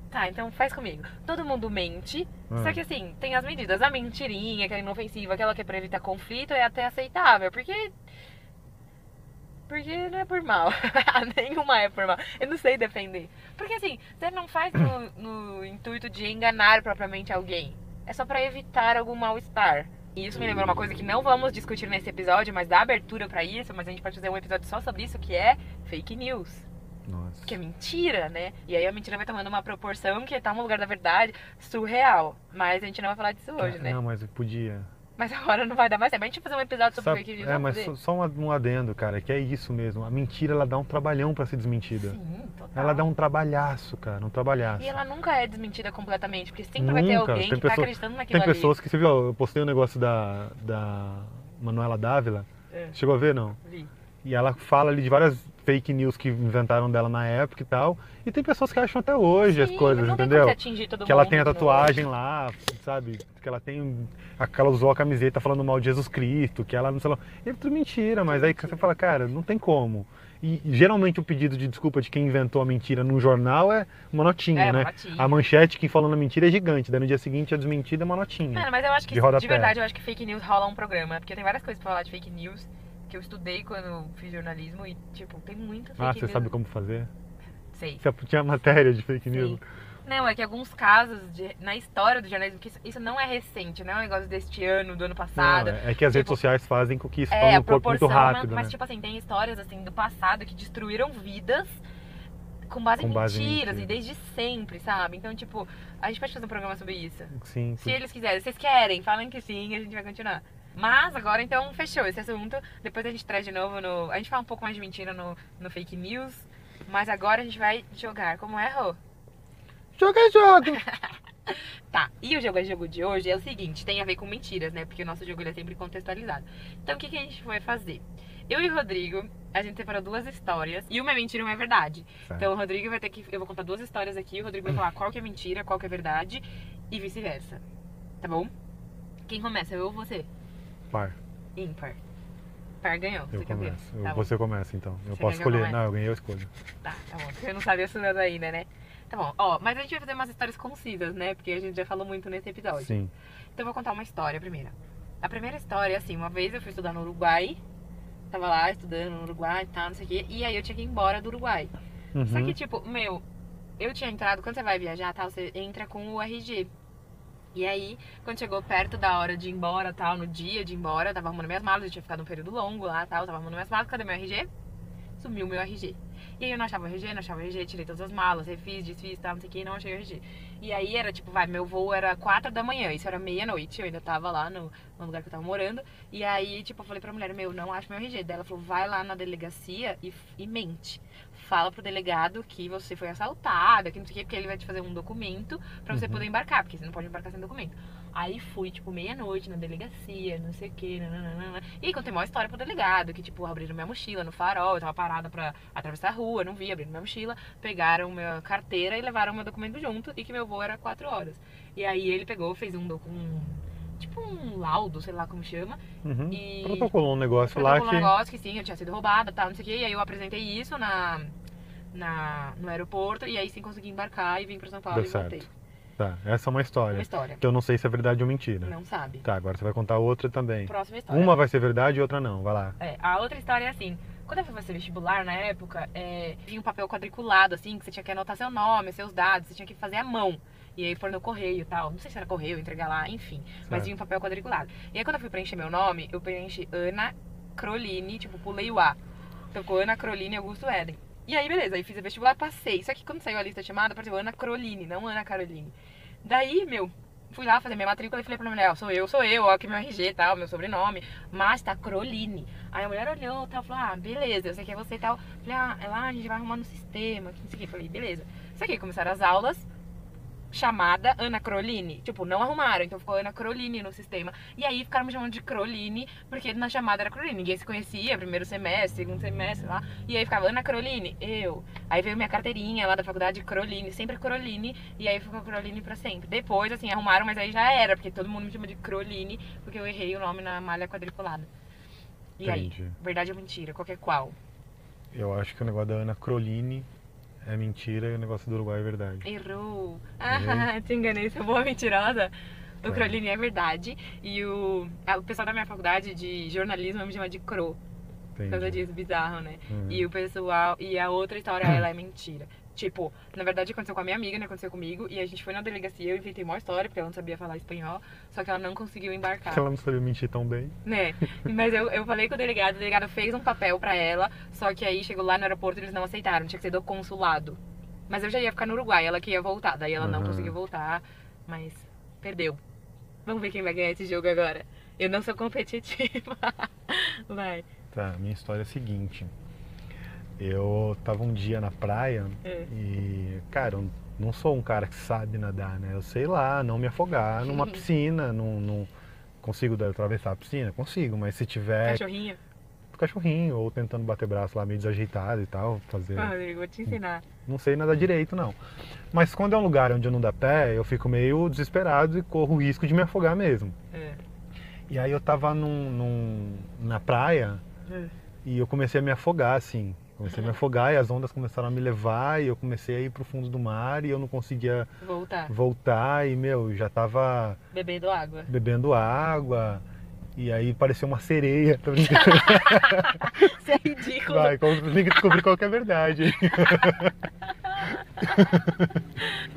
[SPEAKER 2] tá, então faz comigo, todo mundo mente,
[SPEAKER 1] Ah.
[SPEAKER 2] só que assim, tem as medidas, a mentirinha, aquela inofensiva, aquela que é pra evitar conflito, é até aceitável, porque... Porque não é por mal. Nenhuma é por mal. Eu não sei defender. Porque assim, você não faz no, no intuito de enganar propriamente alguém. É só pra evitar algum mal-estar. E isso me lembrou uma coisa que não vamos discutir nesse episódio, mas dá abertura pra isso, mas a gente pode fazer um episódio só sobre isso, que é fake news.
[SPEAKER 1] Nossa.
[SPEAKER 2] Que é mentira, né? E aí a mentira vai tomando uma proporção que tá no lugar da verdade surreal. Mas a gente não vai falar disso hoje, né?
[SPEAKER 1] É, Não, mas eu podia.
[SPEAKER 2] Mas agora não vai dar mais tempo. A gente vai fazer um episódio sobre
[SPEAKER 1] Sabe-
[SPEAKER 2] fake news.
[SPEAKER 1] é,
[SPEAKER 2] vamos
[SPEAKER 1] mas
[SPEAKER 2] fazer?
[SPEAKER 1] só, só um ad- um adendo, cara, que é isso mesmo. A mentira ela dá um trabalhão pra ser desmentida.
[SPEAKER 2] Sim, total.
[SPEAKER 1] Ela dá um trabalhaço, cara, um trabalhaço.
[SPEAKER 2] E ela nunca é desmentida completamente, porque sempre vai ter
[SPEAKER 1] Nunca.
[SPEAKER 2] alguém
[SPEAKER 1] Tem
[SPEAKER 2] que tá
[SPEAKER 1] pessoa-
[SPEAKER 2] acreditando naquilo
[SPEAKER 1] Tem
[SPEAKER 2] ali.
[SPEAKER 1] pessoas que, você viu, eu postei um negócio da, da Manuela Dávila.
[SPEAKER 2] É.
[SPEAKER 1] Chegou a ver, não?
[SPEAKER 2] Vi.
[SPEAKER 1] E ela fala ali de várias fake news que inventaram dela na época e tal. E tem pessoas que acham até hoje as
[SPEAKER 2] Sim,
[SPEAKER 1] coisas,
[SPEAKER 2] não tem
[SPEAKER 1] entendeu?
[SPEAKER 2] como você atingir todo
[SPEAKER 1] Que ela
[SPEAKER 2] mundo
[SPEAKER 1] tem a
[SPEAKER 2] de novo.
[SPEAKER 1] tatuagem lá, sabe? Que ela tem. a- que Ela usou a camiseta falando mal de Jesus Cristo, que ela não sei lá. É tudo mentira, mas aí você fala, cara, não tem como. E geralmente o pedido de desculpa de quem inventou a mentira num jornal é uma notinha,
[SPEAKER 2] É, uma
[SPEAKER 1] né?
[SPEAKER 2] notinha.
[SPEAKER 1] A manchete que falando a mentira é gigante, daí no dia seguinte a desmentida é uma notinha.
[SPEAKER 2] Mano, mas eu acho que
[SPEAKER 1] De rodapé.
[SPEAKER 2] de verdade eu acho que fake news rola um programa, porque tem várias coisas pra falar de fake news que eu estudei quando fiz jornalismo e tipo, tem muita fake
[SPEAKER 1] ah,
[SPEAKER 2] news.
[SPEAKER 1] você sabe como fazer?
[SPEAKER 2] Sei.
[SPEAKER 1] Você tinha matéria de fake news.
[SPEAKER 2] Sim. Não, é que alguns casos de- na história do jornalismo, que isso, isso não é recente, não é um negócio deste ano, do ano passado.
[SPEAKER 1] Não, é que as redes
[SPEAKER 2] Tipo,
[SPEAKER 1] sociais fazem com que isso
[SPEAKER 2] É,
[SPEAKER 1] tome
[SPEAKER 2] a
[SPEAKER 1] o corpo muito
[SPEAKER 2] proporção,
[SPEAKER 1] rápido,
[SPEAKER 2] mas, mas,
[SPEAKER 1] né?
[SPEAKER 2] tipo assim, tem histórias assim do passado que destruíram vidas com base,
[SPEAKER 1] Com base em
[SPEAKER 2] em mentiras, e
[SPEAKER 1] mentiras.
[SPEAKER 2] desde sempre, sabe? Então, tipo, a gente pode fazer um programa sobre isso.
[SPEAKER 1] Sim,
[SPEAKER 2] Se eles quiserem, vocês querem, falem que sim, a gente vai continuar. Mas agora então fechou esse assunto. Depois a gente traz de novo no. A gente fala um pouco mais de mentira no, no fake news. Mas agora a gente vai jogar como é, Rô?
[SPEAKER 1] Joga, joga!
[SPEAKER 2] Tá, e o jogo é jogo de hoje é o seguinte, tem a ver com mentiras, né? Porque o nosso jogo ele é sempre contextualizado. Então o que, que a gente vai fazer? Eu e o Rodrigo, a gente separou duas histórias. E uma é mentira e uma é verdade.
[SPEAKER 1] Certo.
[SPEAKER 2] Então o Rodrigo vai ter que. Eu vou contar duas histórias aqui. O Rodrigo vai falar qual que é mentira, qual que é verdade. E vice-versa. Tá bom? Quem começa? Eu ou você?
[SPEAKER 1] Par,
[SPEAKER 2] Ímpar. Par ganhou.
[SPEAKER 1] eu
[SPEAKER 2] você quer ver?
[SPEAKER 1] começo. Eu-
[SPEAKER 2] Tá bom.
[SPEAKER 1] você começa então. Eu posso
[SPEAKER 2] Você quer que eu
[SPEAKER 1] escolher.
[SPEAKER 2] comece?
[SPEAKER 1] Não, eu ganhei, eu escolho.
[SPEAKER 2] Tá, tá bom. Porque eu não sabia assinando ainda, né? Tá bom. Ó, mas a gente vai fazer umas histórias concisas, né? Porque a gente já falou muito nesse episódio.
[SPEAKER 1] Sim.
[SPEAKER 2] Então eu vou contar uma história primeira. A primeira história, é assim, uma vez eu fui estudar no Uruguai. Tava lá estudando no Uruguai e tal, não sei o quê. E aí eu tinha que ir embora do Uruguai. Só
[SPEAKER 1] Uhum.
[SPEAKER 2] que, tipo, meu, eu tinha entrado, quando você vai viajar tal, você entra com o RG. E aí, quando chegou perto da hora de ir embora tal, no dia de ir embora, eu tava arrumando minhas malas, eu tinha ficado um período longo lá tal, eu tava arrumando minhas malas, cadê meu RG? Sumiu meu RG. E aí eu não achava o RG, não achava o RG, tirei todas as malas, refiz, desfiz, tal, não sei o que, não achei o RG. E aí era tipo, vai, meu voo era 4 da manhã, isso era meia-noite, eu ainda tava lá no, no lugar que eu tava morando. E aí, tipo, eu falei pra mulher, meu, não acho meu RG. Daí ela falou, vai lá na delegacia e, e mente. Fala pro delegado que você foi assaltada, que não sei o quê, porque ele vai te fazer um documento pra você
[SPEAKER 1] Uhum.
[SPEAKER 2] poder embarcar, porque você não pode embarcar sem documento. Aí fui, tipo, meia-noite na delegacia, não sei o quê, nananana. E aí contei uma história pro delegado, que, tipo, abriram minha mochila no farol, eu tava parada pra atravessar a rua, não vi, abriram minha mochila, pegaram minha carteira e levaram meu documento junto e que meu voo era quatro horas. E aí ele pegou, fez um, docu- um tipo um laudo, sei lá como chama,
[SPEAKER 1] Uhum.
[SPEAKER 2] e
[SPEAKER 1] Protocolou um negócio lá
[SPEAKER 2] protocolou um
[SPEAKER 1] que.
[SPEAKER 2] negócio que sim, eu tinha sido roubada, tal, não sei o quê, e aí eu apresentei isso na, na, no aeroporto e aí sim consegui embarcar e vim pra São Paulo
[SPEAKER 1] Deu
[SPEAKER 2] e
[SPEAKER 1] certo.
[SPEAKER 2] voltei.
[SPEAKER 1] Tá, essa é uma
[SPEAKER 2] Uma
[SPEAKER 1] história.
[SPEAKER 2] história.
[SPEAKER 1] Que eu não sei se é verdade ou mentira.
[SPEAKER 2] Não sabe.
[SPEAKER 1] Tá, agora você vai contar outra também.
[SPEAKER 2] Próxima história.
[SPEAKER 1] Uma vai ser verdade e outra não. Vai lá.
[SPEAKER 2] É, a outra história é assim. Quando eu fui fazer vestibular na época, é, vinha um papel quadriculado, assim, que você tinha que anotar seu nome, seus dados, você tinha que fazer à mão. E aí pôr no correio e tal. Não sei se era correio, entregar lá, enfim. Mas
[SPEAKER 1] Certo.
[SPEAKER 2] vinha um papel quadriculado. E aí quando eu fui preencher meu nome, eu preenchi Ana Croline, tipo, pulei o A. Então ficou Ana Croline Augusto Eden. E aí, beleza, aí fiz o vestibular, passei. Só que quando saiu a lista de chamada, apareceu Ana Croline, não Ana Caroline. Daí, meu, fui lá fazer minha matrícula e falei pra mulher, ó, sou eu, sou eu, ó, aqui meu RG e tal, meu sobrenome, mas tá Croline. Aí a mulher olhou e tal, falou, ah, beleza, eu sei que é você e tal. Falei, ah, é lá, a gente vai arrumar no sistema, que não sei o que. Falei, beleza. Só que aí começaram as aulas, chamada Ana Croline. Tipo, não arrumaram, então ficou Ana Croline no sistema. E aí ficaram me chamando de Croline, porque na chamada era Croline, ninguém se conhecia, primeiro semestre, segundo semestre, lá. E aí ficava Ana Croline, eu. Aí veio minha carteirinha lá da faculdade, Croline, sempre Croline, e aí ficou Croline pra sempre. Depois, assim, arrumaram, mas aí já era, porque todo mundo me chama de Croline, porque eu errei o nome na malha quadriculada. E aí?
[SPEAKER 1] Entendi.
[SPEAKER 2] Verdade ou mentira? Qualquer qual.
[SPEAKER 1] Eu acho que o negócio da Ana Croline é mentira e o negócio do Uruguai é verdade.
[SPEAKER 2] Errou. Ah, te enganei, sou boa mentirosa. O
[SPEAKER 1] É.
[SPEAKER 2] Croline é verdade. E o, a- o pessoal da minha faculdade de jornalismo me chama de Cro. Por causa
[SPEAKER 1] Entendi.
[SPEAKER 2] disso, bizarro, né?
[SPEAKER 1] Uhum.
[SPEAKER 2] E o pessoal. E a outra história, ela é mentira. Tipo, na verdade aconteceu com a minha amiga, não aconteceu comigo. E a gente foi na delegacia, eu inventei uma história, porque ela não sabia falar espanhol. Só que ela não conseguiu embarcar
[SPEAKER 1] Ela não sabia mentir tão bem.
[SPEAKER 2] né? Mas eu, eu falei com o delegado, o delegado fez um papel pra ela, só que aí chegou lá no aeroporto e eles não aceitaram, tinha que ser do consulado. Mas eu já ia ficar no Uruguai, ela que ia voltar, daí ela não
[SPEAKER 1] Aham.
[SPEAKER 2] conseguiu voltar, mas perdeu. Vamos ver quem vai ganhar esse jogo agora. Eu não sou competitiva. Vai.
[SPEAKER 1] Tá, minha história é a seguinte. Eu tava um dia na praia
[SPEAKER 2] É.
[SPEAKER 1] e, cara, eu não sou um cara que sabe nadar, né? Eu sei lá, não me afogar numa piscina, não, não consigo dar- atravessar a piscina? Consigo, mas se tiver
[SPEAKER 2] Cachorrinho.
[SPEAKER 1] cachorrinho ou tentando bater braço lá meio desajeitado e tal, fazer.
[SPEAKER 2] Ah, Rodrigo, vou te ensinar.
[SPEAKER 1] Não sei nadar direito, não. Mas quando é um lugar onde eu não dá pé, eu fico meio desesperado e corro o risco de me afogar mesmo.
[SPEAKER 2] É.
[SPEAKER 1] E aí eu tava num, num- na praia
[SPEAKER 2] É.
[SPEAKER 1] e eu comecei a me afogar, assim. Comecei a me afogar e as ondas começaram a me levar e eu comecei a ir pro fundo do mar e eu não conseguia
[SPEAKER 2] Voltar.
[SPEAKER 1] voltar e, meu, eu já tava
[SPEAKER 2] Bebendo água.
[SPEAKER 1] bebendo água e aí parecia uma sereia. Tô brincando.
[SPEAKER 2] Isso é ridículo.
[SPEAKER 1] Vai, como- tem que descobrir qual que é a verdade.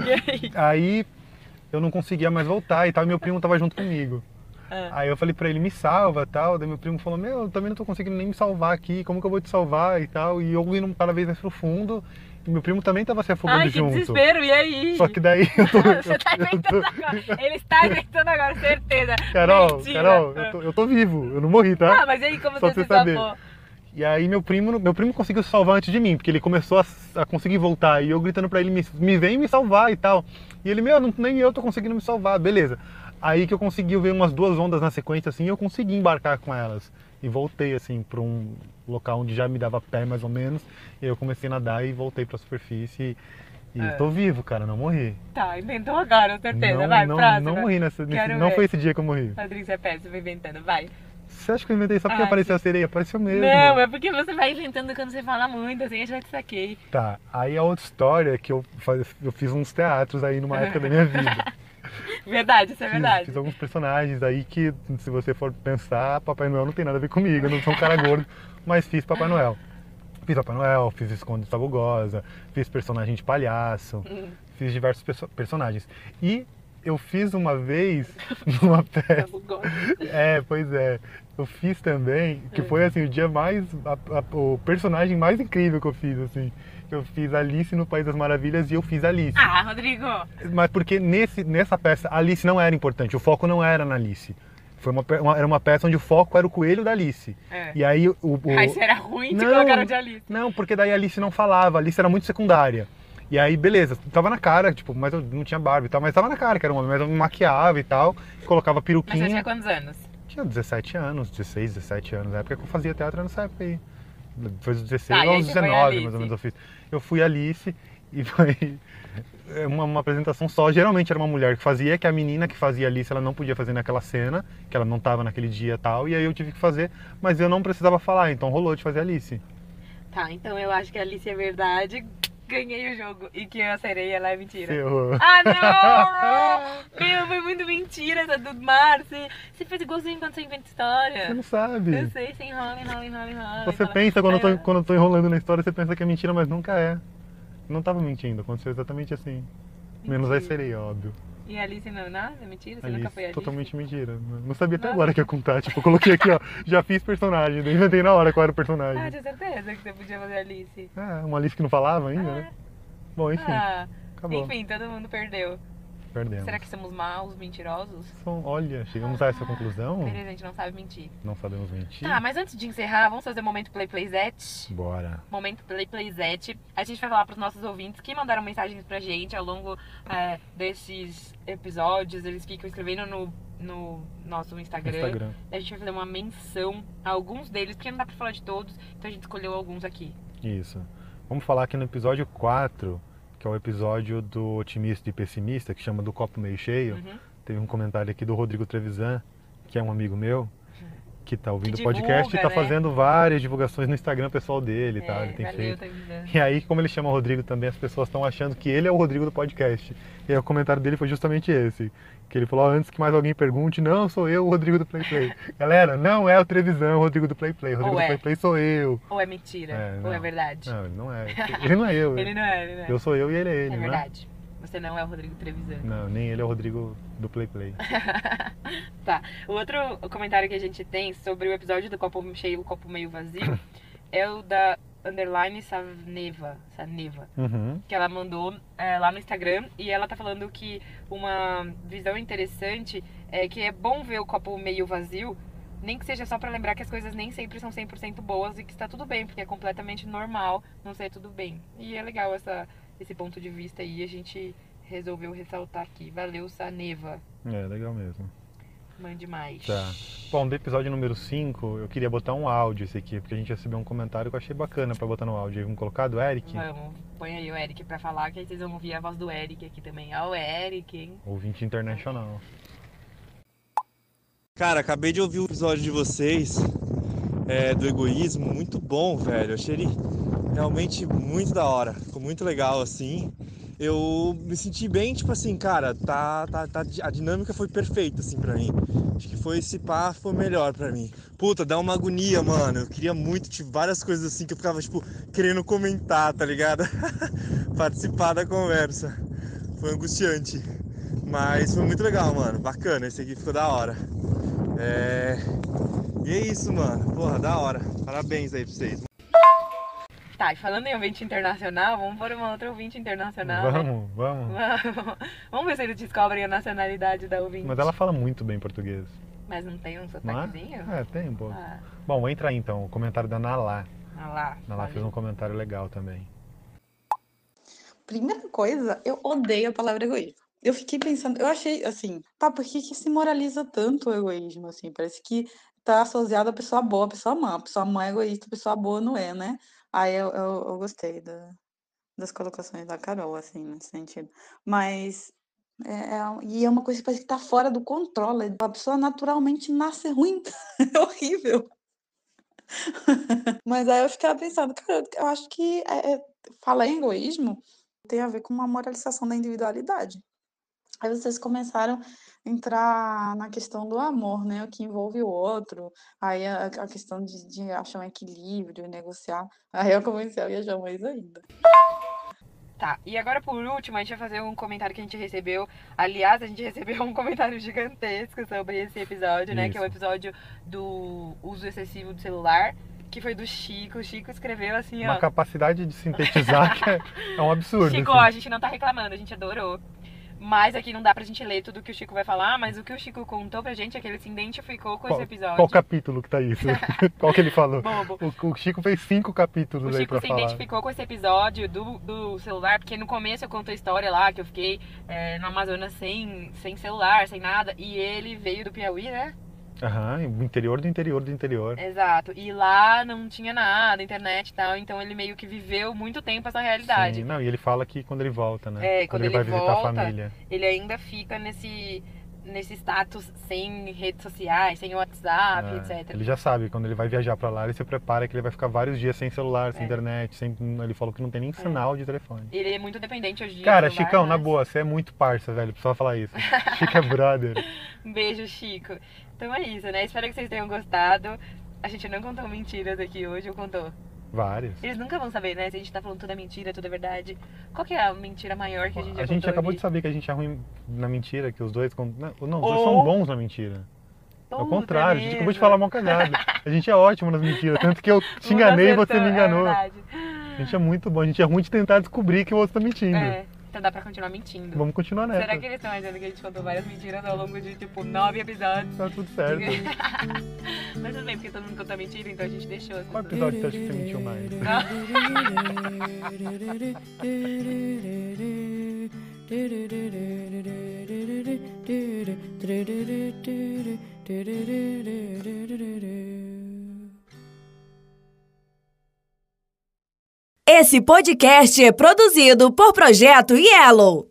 [SPEAKER 2] E aí?
[SPEAKER 1] Aí eu não conseguia mais voltar e tal, meu primo tava junto comigo.
[SPEAKER 2] Ah.
[SPEAKER 1] Aí eu falei pra ele, me salva tal. Daí meu primo falou, meu, eu também não tô conseguindo nem me salvar aqui, como que eu vou te salvar e tal. E eu indo cada vez mais pro fundo. E meu primo também tava se afogando
[SPEAKER 2] Ai, que
[SPEAKER 1] junto.
[SPEAKER 2] desespero, e aí?
[SPEAKER 1] Só que daí eu tô.
[SPEAKER 2] Você tá
[SPEAKER 1] eu
[SPEAKER 2] inventando agora. Ele está inventando agora, certeza.
[SPEAKER 1] Carol,
[SPEAKER 2] Mentira.
[SPEAKER 1] Carol, eu tô, eu tô vivo, eu não morri, tá?
[SPEAKER 2] Ah, mas e aí como
[SPEAKER 1] Só
[SPEAKER 2] você
[SPEAKER 1] pra
[SPEAKER 2] se
[SPEAKER 1] você saber.
[SPEAKER 2] safou?
[SPEAKER 1] E aí meu primo, meu primo conseguiu se salvar antes de mim, porque ele começou a, a conseguir voltar. E eu gritando pra ele, me, me vem me salvar e tal. E ele, meu, não, nem eu tô conseguindo me salvar, beleza. Aí que eu consegui ver umas duas ondas na sequência, assim, e eu consegui embarcar com elas. E voltei, assim, para um local onde já me dava pé, mais ou menos. E aí eu comecei a nadar e voltei para a superfície. E
[SPEAKER 2] É.
[SPEAKER 1] tô vivo, cara, não morri.
[SPEAKER 2] Tá, inventou agora, certeza.
[SPEAKER 1] não,
[SPEAKER 2] vai,
[SPEAKER 1] não,
[SPEAKER 2] próxima.
[SPEAKER 1] não morri nessa. nesse-
[SPEAKER 2] Quero
[SPEAKER 1] não
[SPEAKER 2] ver.
[SPEAKER 1] foi esse dia que eu morri.
[SPEAKER 2] Rodrigo, você é péssimo inventando, vai.
[SPEAKER 1] Você acha que eu inventei só porque
[SPEAKER 2] Ah,
[SPEAKER 1] apareceu a sereia? Apareceu mesmo.
[SPEAKER 2] Não, é porque você vai inventando quando você fala muito, assim, eu já te saquei.
[SPEAKER 1] Tá, aí a outra história é que eu, faz- eu fiz uns teatros aí numa época da minha vida.
[SPEAKER 2] Verdade, isso é
[SPEAKER 1] Fiz,
[SPEAKER 2] verdade.
[SPEAKER 1] fiz alguns personagens aí que, se você for pensar, Papai Noel não tem nada a ver comigo, eu não sou um cara gordo, mas fiz Papai Noel. Fiz Papai Noel, fiz Esconde Sabugosa, fiz personagem de palhaço,
[SPEAKER 2] Hum.
[SPEAKER 1] fiz diversos perso- personagens. E eu fiz uma vez numa peça.
[SPEAKER 2] Eu tá gosto.
[SPEAKER 1] É, pois é. Eu fiz também, que
[SPEAKER 2] É.
[SPEAKER 1] foi assim, o dia mais. a- a- o personagem mais incrível que eu fiz, assim. Eu fiz Alice no País das Maravilhas e eu fiz Alice.
[SPEAKER 2] Ah, Rodrigo.
[SPEAKER 1] Mas porque nesse, nessa peça, a Alice não era importante, o foco não era na Alice. Foi uma, pe- uma- era uma peça onde o foco era o coelho da Alice.
[SPEAKER 2] É.
[SPEAKER 1] E aí o. o-
[SPEAKER 2] Aí você era ruim, te
[SPEAKER 1] Não.
[SPEAKER 2] colocaram de Alice.
[SPEAKER 1] não, porque daí a Alice não falava, a Alice era muito secundária. E aí, beleza, tava na cara, tipo, mas eu não tinha barba e tal, mas tava na cara que era um homem, mas eu me maquiava e tal, colocava
[SPEAKER 2] Mas
[SPEAKER 1] peruquinha.
[SPEAKER 2] você tinha quantos anos?
[SPEAKER 1] Tinha 17 anos, 16, 17 anos. Na época que eu fazia teatro nessa época aí. Foi dos 16
[SPEAKER 2] Tá, e aí
[SPEAKER 1] aos
[SPEAKER 2] você foi
[SPEAKER 1] 19,
[SPEAKER 2] Alice?
[SPEAKER 1] mais ou menos, eu fiz. Eu fui Alice e foi é, uma, uma apresentação só. Geralmente era uma mulher que fazia, que a menina que fazia Alice, ela não podia fazer naquela cena, que ela não tava naquele dia e tal. E aí eu tive que fazer, mas eu não precisava falar, então rolou de fazer Alice.
[SPEAKER 2] Tá, então eu acho que a Alice é verdade. Ganhei o jogo. E que a sereia ela é mentira.
[SPEAKER 1] Eu...
[SPEAKER 2] Ah, não! Meu, foi muito mentira essa do Mar. Você, você fez igualzinho quando você inventa
[SPEAKER 1] Você
[SPEAKER 2] história.
[SPEAKER 1] não sabe.
[SPEAKER 2] Eu sei, você enrola, enrola, enrola, enrola.
[SPEAKER 1] Você
[SPEAKER 2] enrola.
[SPEAKER 1] pensa, quando eu,
[SPEAKER 2] Aí
[SPEAKER 1] tô, quando eu tô enrolando na história, você pensa que é mentira, mas nunca é. Não tava mentindo, aconteceu exatamente assim. Menos a
[SPEAKER 2] Mentira.
[SPEAKER 1] sereia, óbvio.
[SPEAKER 2] E a Alice não, nada, mentira, você
[SPEAKER 1] Alice,
[SPEAKER 2] nunca foi Alice.
[SPEAKER 1] totalmente mentira. Não não sabia até
[SPEAKER 2] Nada.
[SPEAKER 1] agora que ia contar. Tipo, eu coloquei aqui, ó, já fiz personagem, daí inventei na hora qual era o
[SPEAKER 2] Ah,
[SPEAKER 1] personagem.
[SPEAKER 2] tinha certeza que você podia fazer Alice.
[SPEAKER 1] Ah, uma Alice que não falava ainda, né? Bom, enfim, tá
[SPEAKER 2] Ah,
[SPEAKER 1] acabou.
[SPEAKER 2] enfim, todo mundo perdeu.
[SPEAKER 1] Perdemos.
[SPEAKER 2] Será que somos maus, mentirosos?
[SPEAKER 1] São- Olha, chegamos a essa conclusão?
[SPEAKER 2] Beleza, a gente não sabe mentir.
[SPEAKER 1] Não sabemos mentir.
[SPEAKER 2] Tá, mas antes de encerrar, vamos fazer o momento Play Playzete.
[SPEAKER 1] Bora.
[SPEAKER 2] Momento Play Playzete. A gente vai falar pros nossos ouvintes que mandaram mensagens pra gente ao longo é, desses episódios. Eles ficam escrevendo no, no nosso Instagram.
[SPEAKER 1] Instagram.
[SPEAKER 2] A gente vai fazer uma menção a alguns deles, porque não dá pra falar de todos, então a gente escolheu alguns aqui.
[SPEAKER 1] Isso. Vamos falar aqui no episódio 4, que é o episódio do otimista e pessimista, que chama do copo meio cheio.
[SPEAKER 2] Uhum.
[SPEAKER 1] Teve um comentário aqui do Rodrigo Trevisan, que é um amigo meu, que tá ouvindo o
[SPEAKER 2] Que
[SPEAKER 1] podcast e tá
[SPEAKER 2] divulga, né?
[SPEAKER 1] fazendo várias divulgações no Instagram pessoal dele, tá? Ele
[SPEAKER 2] É,
[SPEAKER 1] tem
[SPEAKER 2] valeu,
[SPEAKER 1] feito.
[SPEAKER 2] tá avisando.
[SPEAKER 1] E aí, como ele chama Rodrigo também, as pessoas estão achando que ele é o Rodrigo do podcast. E aí o comentário dele foi justamente esse. Que ele falou, "Ó, antes que mais alguém pergunte, não sou eu o Rodrigo do Play Play. Galera, não é o Trevisan o Rodrigo do Play Play. O Rodrigo
[SPEAKER 2] Ou
[SPEAKER 1] do
[SPEAKER 2] é.
[SPEAKER 1] Play Play sou eu.
[SPEAKER 2] Ou é mentira,
[SPEAKER 1] É,
[SPEAKER 2] ou é
[SPEAKER 1] não.
[SPEAKER 2] verdade.
[SPEAKER 1] Não, ele não é. Ele não é eu.
[SPEAKER 2] Ele não é, ele não é.
[SPEAKER 1] Eu sou eu e ele é ele,
[SPEAKER 2] É
[SPEAKER 1] né?
[SPEAKER 2] verdade. Você não é o Rodrigo Trevisan.
[SPEAKER 1] Não, nem ele é o Rodrigo do Play Play.
[SPEAKER 2] Tá. O outro comentário que a gente tem sobre o episódio do copo cheio e o copo meio vazio é o da Underline Saneva, Saneva
[SPEAKER 1] Uhum.
[SPEAKER 2] que ela mandou é, lá no Instagram. E ela tá falando que uma visão interessante é que é bom ver o copo meio vazio, nem que seja só pra lembrar que as coisas nem sempre são 100% boas e que está tudo bem, porque é completamente normal não ser tudo bem. E é legal essa, esse ponto de vista aí, a gente resolveu ressaltar aqui. Valeu, Saneva.
[SPEAKER 1] É, legal mesmo.
[SPEAKER 2] Mande mais.
[SPEAKER 1] Tá. Bom, do episódio número 5, eu queria botar um áudio esse aqui, porque a gente recebeu um comentário que eu achei bacana pra botar no áudio. Vamos colocar do Eric?
[SPEAKER 2] Vamos, põe aí o Eric pra falar, que aí vocês vão ouvir a voz do Eric aqui também. Ó, o Eric, hein?
[SPEAKER 1] Ouvinte internacional.
[SPEAKER 4] Cara, acabei de ouvir o episódio de vocês é, do egoísmo, muito bom, velho. Achei ele realmente muito da hora, ficou muito legal assim. Eu me senti bem, tipo assim, cara, tá, tá, tá- a dinâmica foi perfeita assim pra mim. Acho que foi esse pá, foi melhor pra mim. Puta, dá uma agonia, mano. Eu queria muito, tipo, várias coisas assim que eu ficava tipo querendo comentar, tá ligado? Participar da conversa. Foi angustiante. Mas foi muito legal, mano. Bacana, esse aqui ficou da hora. É. E é isso, mano. Porra, da hora. Parabéns aí pra vocês.
[SPEAKER 2] Tá, e falando em ouvinte internacional, vamos pôr uma outra ouvinte internacional. né?
[SPEAKER 1] vamos, vamos.
[SPEAKER 2] Vamos. Vamos ver se eles descobrem a nacionalidade da ouvinte.
[SPEAKER 1] Mas ela fala muito bem português.
[SPEAKER 2] Mas não tem um
[SPEAKER 1] Não
[SPEAKER 2] sotaquezinho?
[SPEAKER 1] é? é, tem um pouco.
[SPEAKER 2] Ah,
[SPEAKER 1] Bom, entra aí então, o comentário da Nalá.
[SPEAKER 2] ah lá.
[SPEAKER 1] Nalá
[SPEAKER 2] olha.
[SPEAKER 1] fez um comentário legal também.
[SPEAKER 5] Primeira coisa, eu odeio a palavra egoísmo. Eu fiquei pensando, eu achei assim, tá, por que que se moraliza tanto o egoísmo, assim? Parece que tá associado à pessoa boa, à pessoa má. A pessoa má é egoísta, a pessoa boa não é, né? Aí eu, eu, eu gostei da, das colocações da Carol, assim, nesse sentido. Mas, é, é um- e é uma coisa que parece que tá fora do controle. A pessoa naturalmente nasce ruim, é horrível. Mas aí eu ficava pensando, cara, eu acho que é, é, falar em egoísmo tem a ver com uma moralização da individualidade. Aí vocês começaram a entrar na questão do amor, né? O que envolve o outro, aí a, a questão de, de achar um equilíbrio, negociar. Aí eu comecei a viajar mais ainda.
[SPEAKER 2] Tá, e agora por último, a gente vai fazer um comentário que a gente recebeu. Aliás, a gente recebeu um comentário gigantesco sobre esse episódio, né? Que é o
[SPEAKER 1] Isso.
[SPEAKER 2] episódio do uso excessivo do celular, que foi do Chico. O Chico escreveu assim, ó.
[SPEAKER 1] Uma capacidade de sintetizar que é, é um absurdo.
[SPEAKER 2] Chico,
[SPEAKER 1] assim.
[SPEAKER 2] a gente não tá reclamando, a gente adorou. Mas aqui não dá pra gente ler tudo que o Chico vai falar, mas o que o Chico contou pra gente é que ele se identificou com
[SPEAKER 1] Qual-
[SPEAKER 2] esse episódio.
[SPEAKER 1] Qual capítulo que tá isso? Qual que ele falou?
[SPEAKER 2] Bobo.
[SPEAKER 1] O, o Chico fez cinco capítulos
[SPEAKER 2] O
[SPEAKER 1] aí
[SPEAKER 2] Chico
[SPEAKER 1] pra
[SPEAKER 2] se
[SPEAKER 1] falar.
[SPEAKER 2] identificou com esse episódio do, do celular, porque no começo eu conto a história lá que eu fiquei é, no Amazonas sem, sem celular, sem nada, e ele veio do Piauí, né?
[SPEAKER 1] Aham, o interior do interior do interior.
[SPEAKER 2] Exato. E lá não tinha nada, internet e tal, então ele meio que viveu muito tempo essa realidade.
[SPEAKER 1] Sim, não, e ele fala que quando ele volta, né?
[SPEAKER 2] É, quando
[SPEAKER 1] ele,
[SPEAKER 2] ele
[SPEAKER 1] vai visitar
[SPEAKER 2] volta,
[SPEAKER 1] a família.
[SPEAKER 2] Ele ainda fica nesse nesse status sem redes sociais, sem WhatsApp,
[SPEAKER 1] É,
[SPEAKER 2] etc.
[SPEAKER 1] Ele já sabe, quando ele vai viajar pra lá, ele se prepara que ele vai ficar vários dias sem celular, sem
[SPEAKER 2] É.
[SPEAKER 1] internet, sem. Ele falou que não tem nem sinal de telefone.
[SPEAKER 2] Ele é muito dependente hoje em dia.
[SPEAKER 1] Cara,
[SPEAKER 2] do celular, né?
[SPEAKER 1] Chicão, na
[SPEAKER 2] mas-
[SPEAKER 1] boa, você é muito parça, velho. Precisa falar isso. Chico é brother.
[SPEAKER 2] Um beijo, Chico. Então é isso, né? Espero que vocês tenham gostado. A gente não contou mentiras aqui hoje, ou contou?
[SPEAKER 1] Vários.
[SPEAKER 2] Eles nunca vão saber, né? Se a gente tá falando toda mentira, toda verdade. Qual que é a mentira maior que a gente já
[SPEAKER 1] A gente
[SPEAKER 2] contou
[SPEAKER 1] acabou de
[SPEAKER 2] aqui?
[SPEAKER 1] saber que a gente é ruim na mentira, que os dois. con- Não, não, os dois
[SPEAKER 2] Ou-
[SPEAKER 1] são bons na mentira. Ao
[SPEAKER 2] Puta
[SPEAKER 1] contrário, a gente acabou de
[SPEAKER 2] é mesmo.
[SPEAKER 1] falar mal cagada. A gente é ótimo nas mentiras, tanto que eu te
[SPEAKER 2] Um
[SPEAKER 1] enganei e você
[SPEAKER 2] acertou,
[SPEAKER 1] me enganou.
[SPEAKER 2] É verdade.
[SPEAKER 1] a gente é muito bom, a gente é ruim de tentar descobrir que o outro tá mentindo.
[SPEAKER 2] É, então dá pra continuar mentindo.
[SPEAKER 1] Vamos continuar nessa.
[SPEAKER 2] Será que eles estão achando que a gente contou várias mentiras ao longo de, tipo, nove episódios?
[SPEAKER 1] Tá tudo certo.
[SPEAKER 2] Mas tudo bem, porque todo mundo contou mentira, então a gente deixou. as
[SPEAKER 1] Qual
[SPEAKER 2] pessoas-
[SPEAKER 1] episódio você acha que você mentiu mais?
[SPEAKER 6] Esse podcast é produzido por Projeto Yellow.